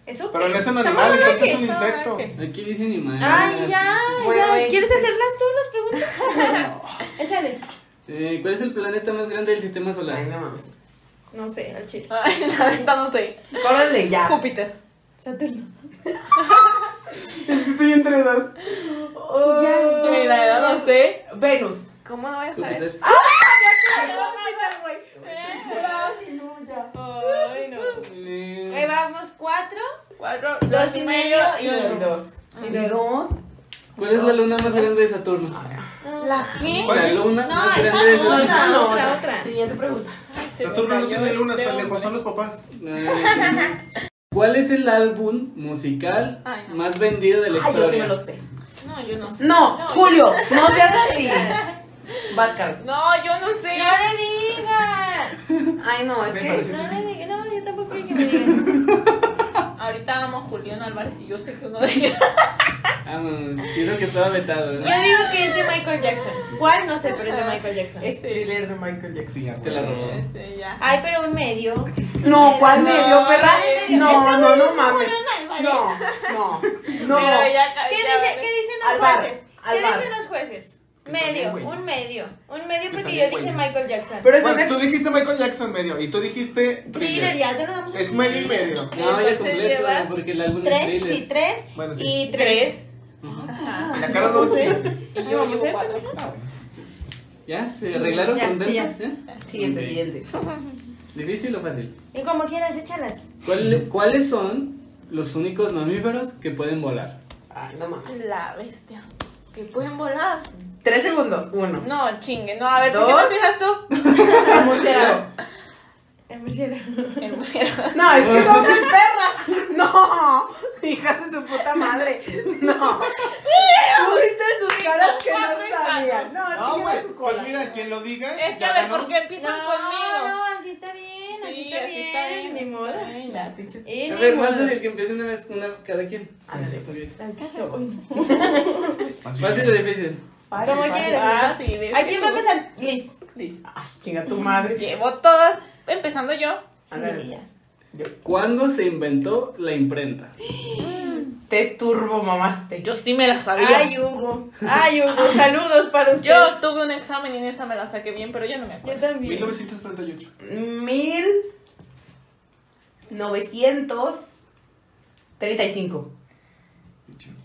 Eso
Pero no es un
Está
animal,
muy
entonces es un
grande, está
insecto.
muy grande.
Aquí dice animal.
Ay, ya,
Bueno,
ya. ¿Quieres
entonces-
hacerlas tú las preguntas?
<laughs>
Échale.
Eh, ¿Cuál es el planeta más grande del sistema solar?
Ay, no mames.
No sé, al chile.
Ay, <laughs> la neta no sé.
Córrele ya.
Júpiter.
Saturno.
<laughs> Estoy entre dos.
Yo la verdad no sé.
Venus.
¿Cómo no voy a saber?
Júpiter.
Ay, no.
Eh,
Ahí vamos, cuatro.
Cuatro,
Dos y medio y
Y dos. ¿Y dos?
¿Cuál es la luna más grande de Saturno?
¿La qué?
¿Cuál?
La luna
No,
más
esa
grande de
luna.
Saturno.
Otra,
No,
otra,
no,
otra.
Siguiente pregunta.
Saturno no tiene lunas, pendejo, son los papás.
Ay, ¿Cuál es el álbum musical
Ay, no.
más vendido de la
Ay,
historia?
yo sí me lo sé.
No, yo no sé.
No,
No,
Julio, no seas <laughs> así. Vas, Carol.
No, yo no sé.
¡No le digas!
Ay, no, es
Me
que.
parece-
No le digas. No, yo tampoco quiero que me digas.
Ahorita amo a Julián Álvarez y yo sé que uno de ellos.
Vamos, pienso que estaba vetado,
Yo
¿verdad?
digo que es de Michael Jackson. ¿Cuál? No sé, pero es de
Ah.
Michael Jackson.
Es thriller de Michael Jackson.
Sí, ya,
Te
güey.
la robó.
Este, ya.
Ay, pero un medio.
No, ¿cuál
No,
medio, perra?
medio.
No, no, no mames.
Julián Álvarez.
No, no, no.
Pero ya,
¿Qué,
ya,
dice- ¿Qué dicen los
Al bar,
jueces?
al
¿Qué
bar.
dicen los jueces?
Está bien,
Medio,
güey.
un medio. Un medio
Está
porque yo
bien,
dije
güey.
Michael Jackson.
Pero
Bueno,
es
tú dijiste Michael Jackson medio y tú dijiste
Thriller,
thriller.
ya te lo damos a
Es medio y medio.
No, ya
Entonces
completo,
llevas
porque el álbum es
Tres,
thriller.
sí, tres.
Bueno, sí.
Y tres.
Tres.
Ajá.
Ah,
Y la cara no sí.
Y
Ah,
yo llevo cuatro.
¿Ya? ¿Se arreglaron
ya,
contentos?
sí,
¿Ya?
Siguiente,
Ok.
siguiente.
¿Difícil o fácil?
Y como quieras, échalas.
¿Cuál- ¿Cuáles son los únicos mamíferos que pueden volar?
Ay, no mames.
La bestia. Que pueden volar.
Tres segundos. Uno.
No, chingue. No, a ver, ¿por qué
Dos.
no fijas <laughs> tú?
El murciélago.
En
<laughs>
verdad.
El <laughs> murciélago.
No, es que son muy perras. No, hijas de tu puta madre. No. Tú viste en sus caras que
cuatro y
no sabían. No,
Ah,
No,
chingada
güey.
su cola.
Pues mira, quien lo diga.
Es que
ya
a ver,
ganó.
¿por qué empiezan
no,
conmigo?
no, así está bien. así
Sí,
está
así
bien.
está bien,
ni modo.
Ay, la pinche-
Y
A
ni
ver,
modo.
más fácil que empiece una vez una cada quien.
Ándale, pues.
Ok.
Ay, qué hoy.
Más bien.
Fácil o difícil.
Fácil,
Como
fácil.
quieras.
Ah, sí, de-
¿A quién va a empezar?
Liz.
Liz.
Ay, chinga tu madre.
Llevo todas, empezando yo.
Ándale,
Sí,
Liz.
¿Cuándo se inventó la imprenta?
Te turbo mamaste.
Yo sí me la sabía.
Ay, Hugo. Ay, Hugo. Saludos para usted.
yo tuve un examen y en esa me la saqué bien, pero yo no me
Yo
acuerdo.
también.
1938.
1935.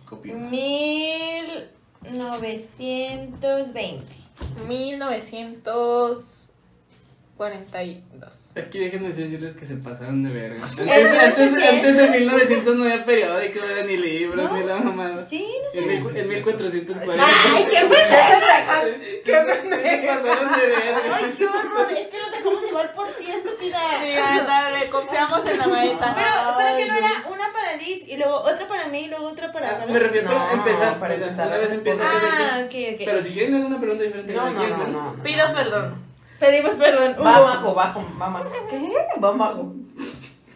Copio.
1920.
1942.
Aquí déjenme decirles que se pasaron de verga. Antes,
El
antes,
1800.
antes de 1900 no había periódico, era ni libros, ni la mamada.
Sí, no sé.
En, mil- en 1440.
Ay, qué pendejo.
Sí, sí,
<laughs>
se pasaron de verga.
Ay, qué horror. Es que no te dejamos llevar por ti, estúpida.
<laughs> Sí, ándale, confiamos en la maeta.
Pero, pero que no era una para Liz y luego otra para mí y luego otra para
Ah, Me refiero
No,
a empezar,
para
o sea,
empezar,
una vez
las
empieza.
cosas.
empieza.
Ah, ok, ok.
Pero si quieren alguna pregunta diferente,
No, no,
cualquier,
no, no. no.
Pido perdón.
Pedimos perdón.
Va
Hugo.
abajo, bajo, va abajo. ¿Qué? Va abajo.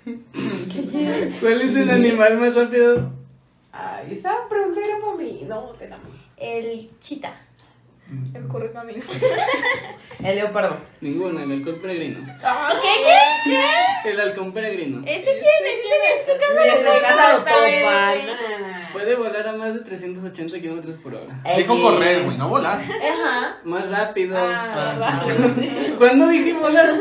<laughs> ¿Cuál es el animal más rápido?
Ay, esa pregunta era para mí. No, te la mando.
El chita.
El corre camino. <laughs>
El leopardo.
Ninguna, el alcohol peregrino. El halcón peregrino.
¿Ese quién es? ¿Ese en su casa?
Desde
sé,
casa lo
no sabe.
topan.
Puede volar a más de 380 kilómetros por hora.
Dijo correr, güey, no volar.
Ajá.
Más rápido.
Ah,
Ah, sí.
<laughs> ¿Cuándo dije volar?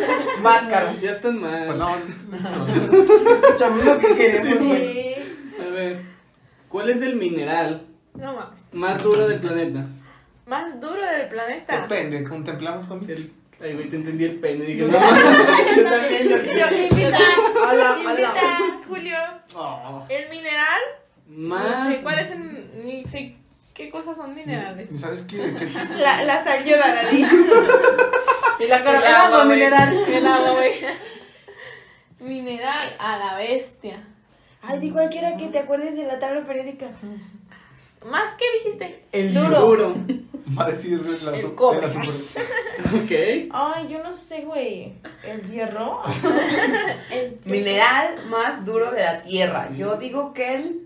Máscara.
Ya están mal.
Perdón.
Escuchamos lo que queremos, güey.
Sí.
A ver. ¿Cuál es el mineral
No mames.
más duro del planeta?
Más duro del planeta.
Depende, contemplamos con
El- Ay, güey, te entendí el pene. Dije, no.
Yo también lo
Yo,
<laughs>
invita,
Hola, hola.
invita, Julio.
Oh,
El mineral.
Más.
No sé cuáles son- ni sé qué cosas son minerales.
¿Y sabes qué? ¿Qué existe?
La, la ayuda, la di.
Y la
El
cara
agua,
agua
güey.
mineral.
El agua, güey. <laughs> Mineral a la bestia.
Ay, di cualquiera que te acuerdes de la tabla periódica.
¿Más qué dijiste?
El
Duro.
Duro.
<laughs> Va a decir la,
El
su-
cobre.
la super-
Ok.
Ay, yo no sé, güey. ¿El <laughs> hierro? El
Mineral más duro de la tierra. Yo digo que el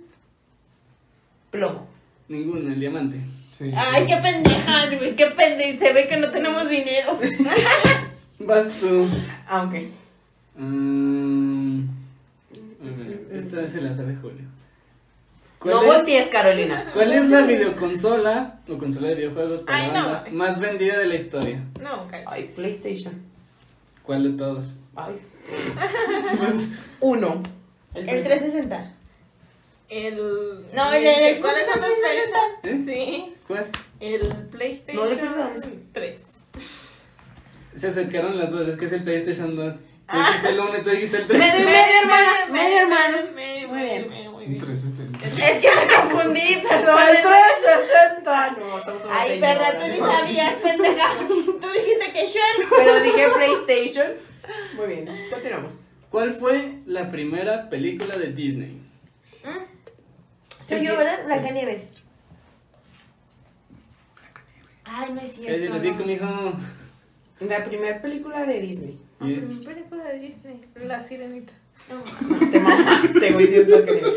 plomo.
Ninguno, el diamante.
Sí.
Ay, qué pendejas, güey. Qué pendejas. Se ve que no tenemos dinero.
Vas tú.
Ah, ok.
Mm, a ver, esta se la sabe Julio. ¿Cuál
No
es-
voltees, Carolina.
¿Cuál es la videoconsola o consola de videojuegos para
Ay, no,
banda
mames.
más vendida de la historia?
No, ok.
Ay, PlayStation.
¿Cuál de todos?
Ay. Uno.
El 360.
El.
No, el- el- el-
¿Cuáles son los PlayStation?
el-
¿Eh?
Sí.
¿Cuál?
El
No, el PlayStation.
PlayStation 3.
Se acercaron las dos, es que es el PlayStation 2. Tú dijiste el uno y tú dijiste el tres.
Medio, medio, hermana. Medio, hermana.
Medio,
Muy
medio,
bien.
medio, muy bien.
Entonces, este,
Es que me confundí, perdón.
El 360. No, estamos una
Ay, perra, tú ni
señora.
sabías, pendeja. Tú dijiste que Shrek.
Pero dije PlayStation. Muy bien, continuamos.
<laughs> ¿Cuál fue la primera película de Disney?
Soy yo, ¿verdad? Blancanieves. Ay, no es
Cállate
cierto.
el hocico, mijo.
La primera película de Disney.
Ah, pero mi película de Disney, La Sirenita.
Te mamaste, güey, siento que eres.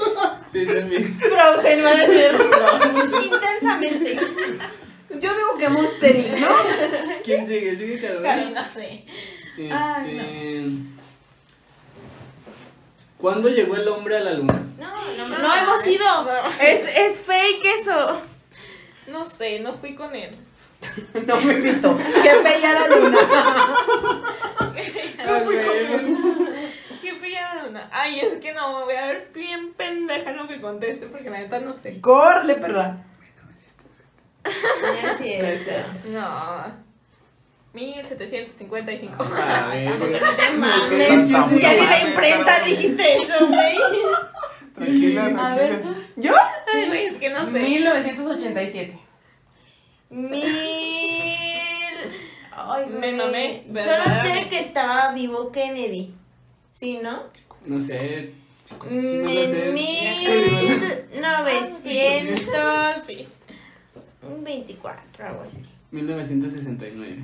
Sí, también.
<laughs> Frozen, va a decir. Intensamente.
Yo digo que Monster Inc, ¿no?
¿Quién sigue? ¿Sigue Carolina?
<laughs> Carina, sí.
Este...
Ay,
¿Cuándo llegó el hombre a la luna?
No, no,
No hemos ido.
Es, es fake eso.
No sé, no fui con él. <laughs>
No me invito. Qué bella la luna.
No fui ¿Qué pillaba una? Ay, es que no, me voy a ver bien pendeja en lo que conteste porque la neta no sé.
Corle, perra.
No es
Gracias.
No. 1755.
A ver,
Mames,
Tan
ya ni la
mames,
imprenta
cabrón.
dijiste eso, güey.
Tranquila,
A ver,
tranquila.
¿Yo?
<laughs> Ay, güey, es que no sé.
1987.
Mil. Ay,
Me
güey.
mamé,
Solo sé
verdaderamente.
que estaba vivo Kennedy. ¿Sí, no? Mm,
no sé.
En
No lo sé.
1924,
Sí.
algo así.
1969.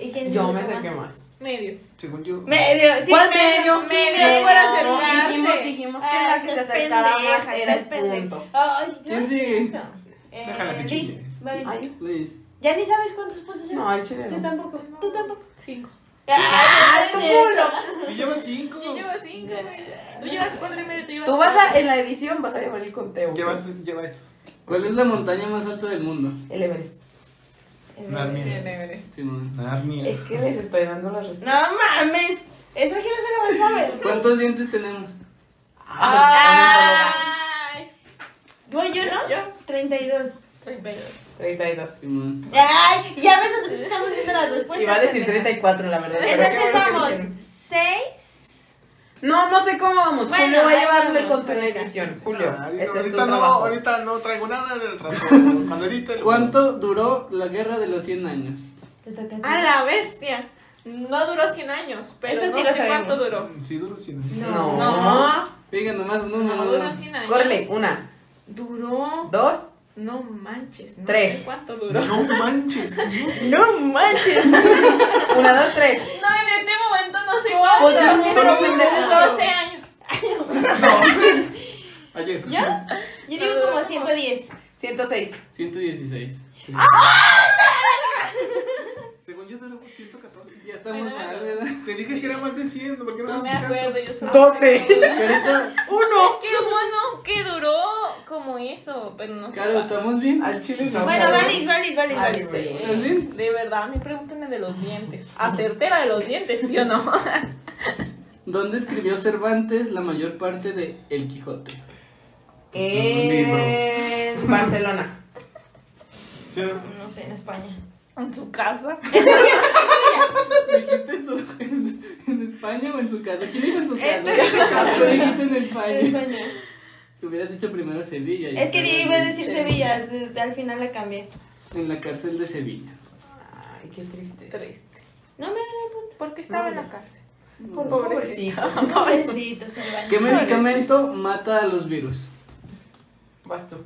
¿Y quién se
Yo me
acercó
acerqué más.
Medio.
Según yo.
Medio, sí,
¿Cuál
medio,
medio?
medio,
Medio,
por
No,
acercarse.
dijimos, dijimos que
Ay,
la que se
estás
acercara
pendeja,
más era el
estás pendeja.
punto.
Ay, no
¿Quién
es
sigue?
cierto. Eh,
Déjala que
Liz,
chille.
va Liz.
Ay,
Luis.
Ya ni sabes cuántos puntos eres.
No, al chile
Tú
no.
tampoco. Tú tampoco.
Cinco.
¡Ah, tu culo!
Sí, lleva cinco.
Yo llevo cinco, güey. Tú llevas cuatro y medio, tú llevas
Tú vas
cuatro.
a, en la edición vas a llevar el conteo.
Llevas, lleva estos.
¿Cuál es la montaña más alta del mundo?
El Everest.
Bien,
Narnia.
Everest.
Simón.
Narnia.
Es que les estoy dando la respuesta.
No mames. Eso quiero se lo vas a ver.
¿Cuántos dientes tenemos?
Ah,
Ay,
Voy yo, ¿no?
Yo.
32.
32.
32.
Simón.
Ay, ya ves, nosotros estamos viendo las respuestas.
Iba a decir 34, la verdad. pero qué
Entonces
bueno que
vamos.
dijeron.
6.
No, no sé cómo vamos.
Bueno,
Julio va a
ahí
llevarle el
vamos,
control de edición. Julio,
Ah,
este es tu
ahorita no,
trabajo.
ahorita no traigo nada del rato. Cuando edite el-
¿Cuánto duró la guerra de los 100 años?
Te toca a ti.
A la bestia. No duró 100 años, pero
Eso sí
no
lo
sé cuánto
sabemos.
duró.
Sí, duro, sí.
No.
No,
Diga nomás un
no,
número.
duró 100 años.
Córrele, una,
Duró.
dos.
No manches. No
Tres.
sé cuánto duró.
No manches. <laughs>
No manches. <laughs> Una, dos, tres.
No, en este momento no sé
Pues yo
cuánto.
no Ah. quiero pendejo.
12 años.
Ayer.
Yo digo como 110.
106.
116. Ah.
Según yo duró 114.
Ya estamos
Ay,
mal,
no.
¿verdad?
Te dije que era más de 100, ¿por qué no,
No
me
me
haces caso?
acuerdo, yo solo.
Doce. <laughs>
Pero esto-
Uno. Es que uno que duró como eso, pero no sé.
Caro,
cuánto.
¿estamos bien?
Al chile no.
Bueno,
Pero-
valis, valis, valis,
Ay,
valis.
sí.
¿Estás bien?
De verdad, a mí pregúntenme de los dientes. Acertera de los dientes, ¿sí o no? <laughs>
¿Dónde escribió Cervantes la mayor parte de El Quijote?
Eh.
En Barcelona.
Sí, no.
No sé, en España.
En su casa.
Pues ¿Dijiste en, su- en- en España o en su casa? ¿Quién dijo en su casa?
Este. en su
Tú dijiste en
En
España.
España.
Te hubieras dicho primero Sevilla. y
Es que
luego
iba a decir Sevilla, de- de- al final la cambié.
En la cárcel de Sevilla.
Ay, qué triste.
Triste.
No me gané punto.
Porque estaba en la cárcel.
Por
Pobrecito.
pobrecito.
<laughs> Pobrecito, se lo
¿Qué medicamento mata a los virus?
Vas tú.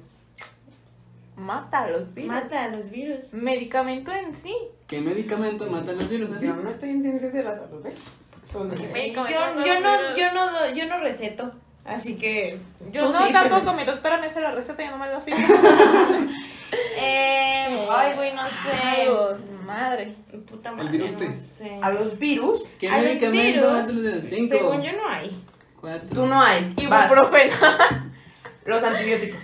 Mata a los virus.
<laughs> Mata a los virus.
Medicamento en sí.
¿Qué medicamento mata a los virus? Así.
Yo no estoy en ciencias de la salud, ¿eh? Son de-
Yo,
Médico,
yo no, yo no, do- yo no receto. Así que.
Yo
Tú
no,
sí,
tampoco.
<laughs>
pero-
Mi doctora me hace la receta y yo no me la
<laughs>
fijo. <laughs>
Eh, ay, güey, no sé.
Dios, madre.
Puta
El
madre.
virus te-
no sé.
A los virus,
¿Qué
A los
medicamento
virus,
mata a los virus? Cinco.
Según yo no hay.
Cuatro.
tú no hay. Vas.
Ibuprofeno. <laughs>
Los antibióticos.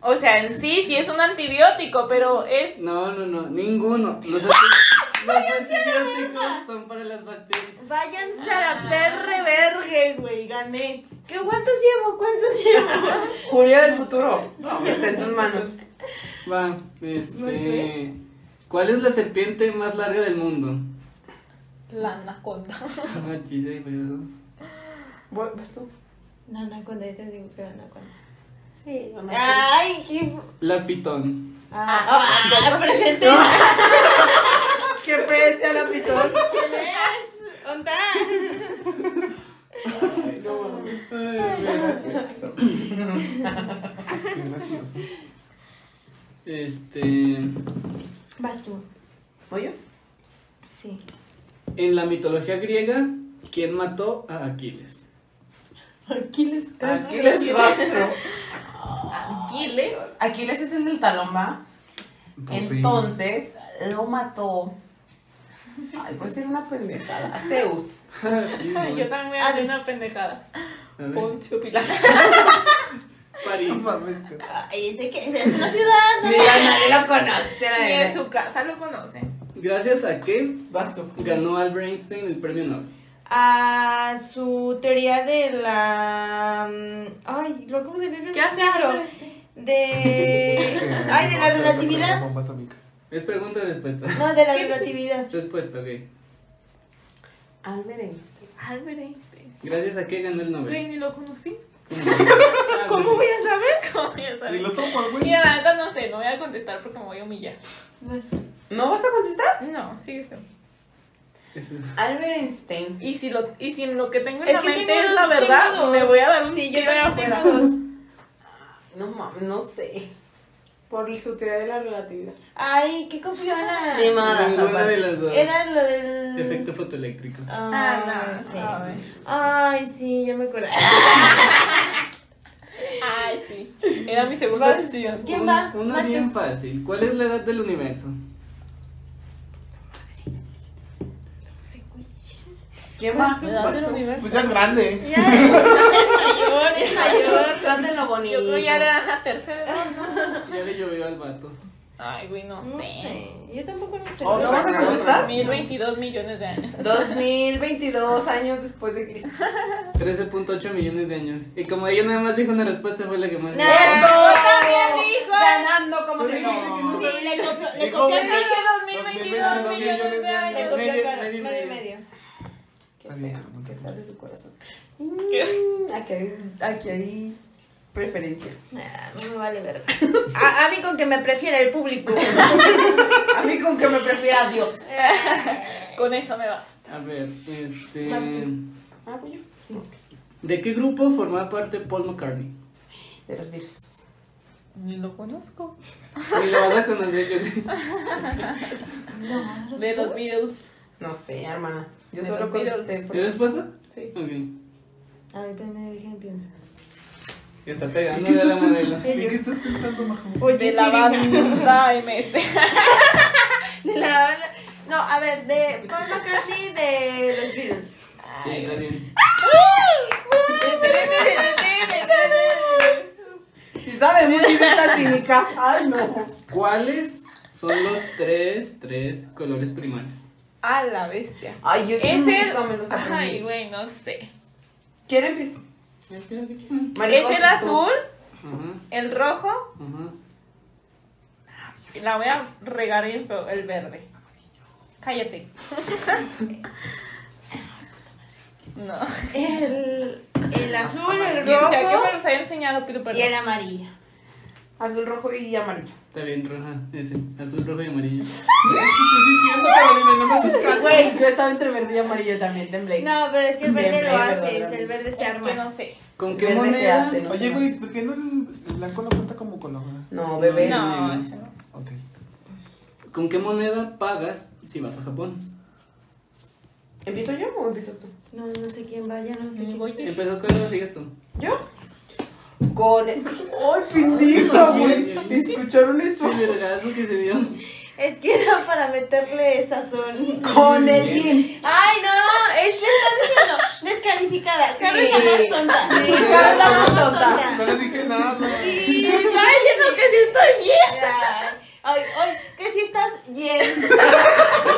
O sea, en sí, sí es un antibiótico, pero es.
No, no, no, ninguno. Los, anti- los antibióticos son para las bacterias.
Váyanse a la perre verge, güey. Gané. ¿Qué cuántos llevo? ¿Cuántos <laughs> llevo?
Julio del futuro. Está en tus manos.
Va, este. ¿Cuál es la serpiente más larga del mundo?
La anaconda.
Ah, chis, ahí, pero-
Voy- Vas tú.
No, no, cuando yo te digo que no, cuando.
Sí,
Ay, qué.
La pitón.
Ah, <laughs> ah, presente.
Que pese a la pitón.
¿Quién es? ¿Dónde?
Ay, no. Ay, gracias.
Qué gracioso.
Este. En
Vas tú.
¿Oye?
Sí.
la mitología griega, ¿quién mató a Aquiles?
Aquiles.
Aquiles rostro.
Aquiles.
Aquiles es el del talón, ¿va?
Pues sí.
Entonces, lo mató. Ay, puede ser una pendejada. A Zeus.
Sí,
Ay,
güey.
yo también
Ah,
hago
des-
una pendejada.
A ver,
Poncio Pilato.
No
París.
mames, que-
Ay, ese que es una ciudad. ¿no?
Mira, nadie lo conoce.
Ni en
nadie.
su casa lo conocen.
Gracias a que
Vas tú.
ganó Albert Einstein el premio Nobel.
A su teoría de la. mm, Ay, lo acabo de leer. en
¿Qué
el
hace
libro.
ahora?
que-
De. Ay, de la
que-
relatividad.
la bomba atómica.
Es pregunta y
<laughs>
respuesta.
<laughs> No, de la
¿Qué?
relatividad.
Respuesta, ok.
Albert Einstein.
Albert Einstein.
Gracias a que ganó el
Güey,
<laughs>
<laughs>
Nobel.
ni lo conocí.
¿Cómo voy a saber?
¿Cómo voy a
Y
saber?
lo tomo, güey.
Mira, la neta no sé, no voy a contestar porque me voy a humillar.
¿No vas a contestar?
No, sigue esto.
Es-
Albert Einstein.
Y si, lo, y si lo que tengo en
Es
la
que
mente
tengo
es la
dos,
verdad,
tengo dos.
me voy a dar un
Sí, yo
tiro
también
afuera.
tengo dos.
No mames, no sé.
Por su teoría de la
<laughs>
relatividad.
Ay, qué confiona.
Ni madas,
Ninguna de
aparte.
las dos.
Era lo del.
Efecto fotoeléctrico.
Ah,
Ah, no,
sí.
a ver.
Ay, sí, ya me acuerdo. <laughs>
Ay, sí. Era mi segunda
Vas.
opción.
¿Quién
Un-
va?
Una
Vas
bien fácil. ¿Cuál es la edad del universo?
¿Quién más tú?
¿Verdad? Pero-
Pues ya es grande.
<laughs> Ya, es mayor, es mayor.
Trátenlo bonito.
Yo creo ya era la tercera edad, ¿no?
Ya le llovió al vato.
Ay, güey, no,
No
sé.
sé. Yo tampoco no sé.
Oh,
¿No vas a contestar?
1022 millones de años.
2022 años después de
<laughs>
Cristo.
13.8 millones de años. Y como ella nada más dijo una respuesta, fue la que más.
No.
también dijo!
Ganando como si no.
Sí, le copió, le
Dijo
copió
bien.
medio,
Dije 2022
2022
millones de
le
años.
copió
Medio,
cara,
medio, medio.
medio, medio.
Qué
Está bien,
feo,
Carmen,
qué
qué
feo de su corazón.
¿Qué?
Mm, Aquí hay, aquí hay preferencia.
Ah, no me vale ver. <laughs> A, a mí con que me prefiera el público.
A mí con que me prefiera Dios.
Con eso me basta.
A ver, este.
Vas tú. Ah, voy yo. Sí.
¿De qué grupo formaba parte Paul McCartney?
De los Beatles.
Ni lo conozco.
Y lo vas a conocer, yo creo.
<laughs>
De los Beatles.
No sé, hermana. Yo
De
solo
los Beatles.
contesté
¿La
porque
respuesta?
Sí.
Ok.
A ver, espérame, déjenme pensar.
Ya está
<laughs>
pegando de la modelo.
¿De qué estás pensando, Majo?
Oye,
De la
Siri,
banda <laughs> MS.
de la banda- No, a ver, de Paul McCartney de los Beatles.
Sí, está bien.
si sabemos que es esta cínica. Ay, no.
¿Cuáles son los tres, tres colores primarios?
A la bestia.
Ay, yo
Es
nunca
el.
me los
Ay,
aprendí.
güey, no sé.
¿Quién empieza?
Es
Maricosa,
el
tú.
azul,
Ajá,
el rojo.
ajá.
y La voy a regar bien feo, el verde. Cállate. No. <laughs>
El, el azul, el
Quien sea que me
<laughs> rojo
los haya enseñado, pido
y
perdón.
el amarillo.
Azul, rojo y amarillo.
Está bien, roja. Ese. Azul, rojo y amarillo.
Estoy diciendo, Carolina, no me haces caso.
Güey, yo estaba entre verde y amarillo también, temblé.
No, pero es que el verde
Bien,
lo
bien,
haces,
verdaderamente.
el verde se
Es que
arma.
no sé.
¿Con qué
Verde se
moneda?
hace, no se
Oye,
hace.
güey, ¿por qué no el blanco no cuenta como color?
No, bebé.
No,
no.
<laughs>
ese no.
Ok.
¿Con qué moneda pagas si vas a Japón?
¿Empiezo yo o empiezas tú?
No, no sé quién vaya, no sé quién.
Empezó con lo sigues tú.
¿Yo? Con el... ¡Ay, pendeja,
Ay,
güey!
güey.
¿Escucharon eso?
El vergazo que se dio.
Es que era para meterle sazón.
Con el gin.
Ay, no, es que están diciendo descalificada. Carlos es la más tonta.
Sí, Carlos la más tonta.
No le dije nada.
Y ya diciendo que sí estoy bien.
<laughs> Ya. Ay, ay, que si estás bien.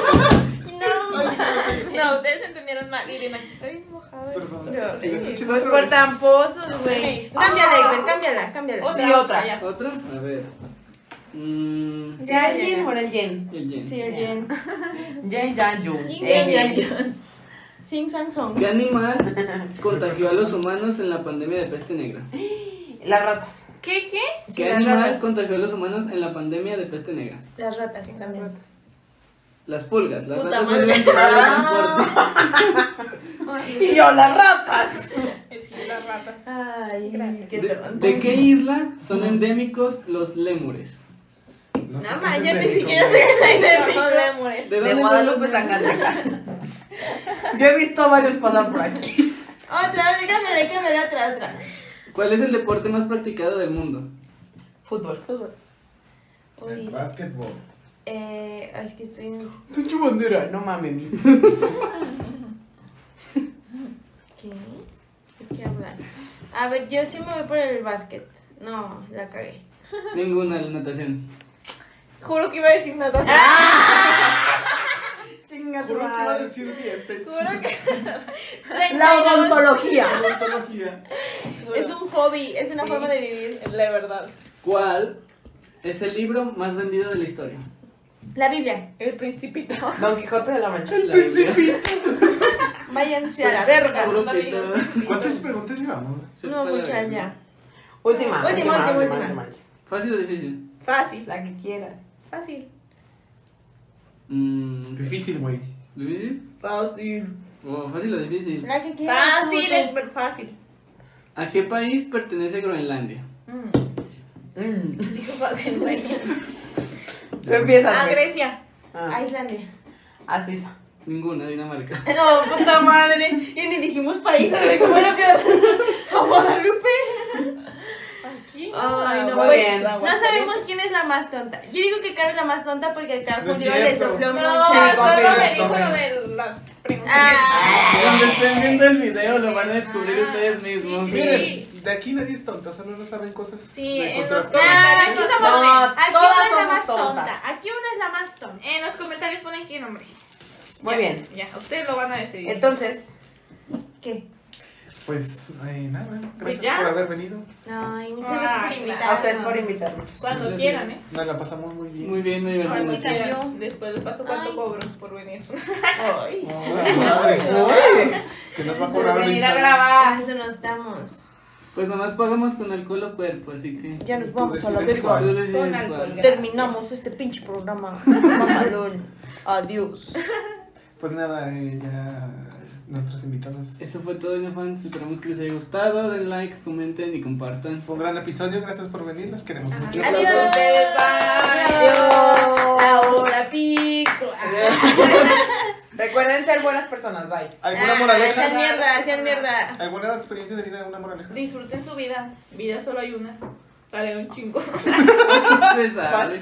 No,
No, ustedes entendieron mal. Miren, aquí estoy bien mojada.
Perdón.
No.
Te estoy chingando otra
por
vez.
tramposos, güey. Cámbiala, Iber, cámbiala, cámbiala.
Otra,
Sí, otra.
ya.
¿Otra? A ver. Mm,
¿Ya el yen o el yen?
el yen.
Sí, el yen.
Jen, Jan, Jun.
Yen, yen, yen. Sing, sang, song.
¿Qué animal contagió a los humanos en la pandemia de peste negra?
Las ratas.
¿Qué, qué?
¿Qué animal contagió a los humanos en la pandemia de peste negra?
Las ratas también.
Las pulgas. Las
Puta
ratas
madre.
sirven como medio de transporte.
Y yo, las ratas.
Es las
<laughs>
ratas.
Ay, gracias. Qué
¿De,
tonto.
de qué isla son endémicos los lémures?
No sé
No,
qué
ma,
es
yo
el
ni
delito,
siquiera
güey.
sé qué es
Yo
endémico.
soy de eh. Morel.
dónde
De
son
Guadalupe,
los lémures? <laughs>
Yo he visto varios pasar por aquí.
Otra, otra, cámbiala, cámbiala, otra, otra.
¿Cuál es el deporte más practicado del mundo?
Fútbol.
El
Uy,
básquetbol.
eh, ay, es que estoy en...
Tucho bandera. No mames, mi.
¿Qué? ¿De qué hablas? A ver, yo sí me voy por el básquet. No, la cagué.
Ninguna, la natación.
Juro que iba a decir nada.
Ah.
Chinga tu
Juro que iba a
madre.
decir dientes.
Juro que.
La odontología.
<laughs>
Odontología.
Es un hobby, es una
Sí.
forma de vivir.
La verdad.
¿Cuál es el libro más vendido de la historia?
La Biblia.
El Principito.
Don Quijote de la Mancha.
La Biblia.
Váyanse a la verga.
Juro que todo-
¿Cuántas preguntas llevamos?
No,
Sepa la
muchas
Biblia.
ya.
Última.
Última, última, última.
¿Fácil o difícil?
<laughs> Fácil,
La que quieras.
fácil.
Mm,
Difícil, güey.
¿Difícil? Fácil. Oh, ¿Fácil o difícil?
La que quieras. tú,
Fácil,
tú.
es fácil.
¿A qué país pertenece Groenlandia?
<laughs> Dijo fácil, güey.
Tú empiezas.
A
güey.
Grecia.
Ah,
Islandia.
a Suiza.
Ninguna,
<laughs>
Dinamarca.
No, puta madre. Y ni dijimos países, güey. ¿Cómo era que A Guadalupe. Aquí.
Ay, no,
Agua,
muy bien.
agua,
No sabemos quién es la más tonta. Yo digo que Caro es la más tonta porque el
No es
confundido le
cierto.
sopló
No, ah,
mucho.
solo
confirmo,
me dijo lo
confirmo.
de la pregunta.
Ah.
Cuando estén viendo el video lo van a descubrir ustedes mismos.
Ah, Sí.
Miren, de aquí nadie es tonta, solo no saben cosas
Sí,
de
en los
contraste.
Ah, aquí somos.
No,
aquí
todas
una es la
somos
más tonta.
tontas.
Aquí una es la más tonta.
Eh, En los comentarios ponen quién, hombre.
Muy
Ya,
bien.
Ya, ustedes lo van a decidir.
Entonces,
¿Qué?
Pues eh, nada, gracias
Pues ya.
por haber venido.
Ay, muchas
Ay,
gracias por
claro.
invitarnos.
a ustedes
Ah.
por invitarnos.
Cuando
Sí, sí.
quieran, ¿eh?
Nos la pasamos muy bien.
Muy bien, me divertí
Ahora sí
mucho.
cayó.
que Después les paso cuánto
Ay.
cobro por venir.
Oh, la
<laughs>
madre, que nos va a cobrar
Por venir a
ahorita.
grabar.
Ah, eso no estamos.
Pues nomás pagamos con alcohol o cuerpo, así que.
Ya nos
Tú
vamos a la
decides
verga.
cuál.
Tú decides
Con
cuál.
alcohol.
Terminamos este pinche programa. Mamalón. Adiós.
Pues nada, eh, ya nuestros invitados.
Eso fue todo, Doña Fans. Esperamos que les haya gustado. Den like, comenten y compartan. <laughs>
Fue un gran episodio, gracias por venir, los queremos mucho.
Un
Adiós.
aplauso.
Adiós. Ahora pico. Recuerden ser buenas personas. Bye.
¿Alguna
Ah,
Hacían
moraleja?
Ah, mierda, hacían mierda.
¿Alguna experiencia de vida, alguna moraleja?
Disfruten su vida. Vida solo hay una. Dale un chingo.
Se sabe.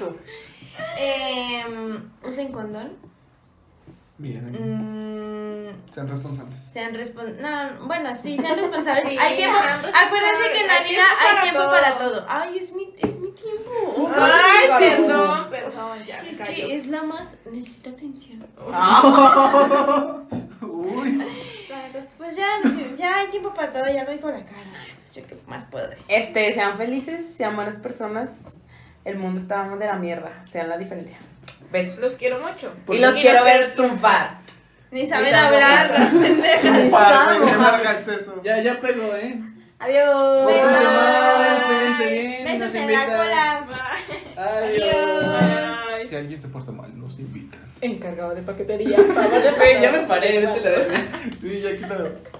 Em, usen condón.
Bien, eh,
Mm,
sean responsables.
sean responsables. No, bueno, sí, sean responsables.
Sí,
<laughs> hay tiempo.
sean responsables.
Acuérdense que en la
Hay
vida
tiempo para
hay tiempo
todo.
para todo. Ay, es mi, es mi tiempo.
Ay, perdón, perdón. Ya,
es
cayó.
que es la más. Necesita atención.
Uy,
La neta está-
Pues ya, ya hay tiempo para todo, ya lo dijo la cara. Ay, pues yo qué más puedo decir.
Este, sean felices, sean buenas personas. El mundo está de la mierda. Sean la diferencia. Besos.
Los quiero mucho.
Y los quiero ver triunfar.
Ni saben
saben
hablar,
hablar.
pendejas.
padre, qué larga es eso.
Ya, ya pegó, ¿eh?
<laughs> Adiós.
Cuídense mal, cuídense bien.
Besos
nos
en la
invitan.
cola.
Adiós.
Si alguien se porta mal, nos invitan.
Encargado de paquetería.
Güey, Ya me paré, vete la verga.
Sí, ya quítalo.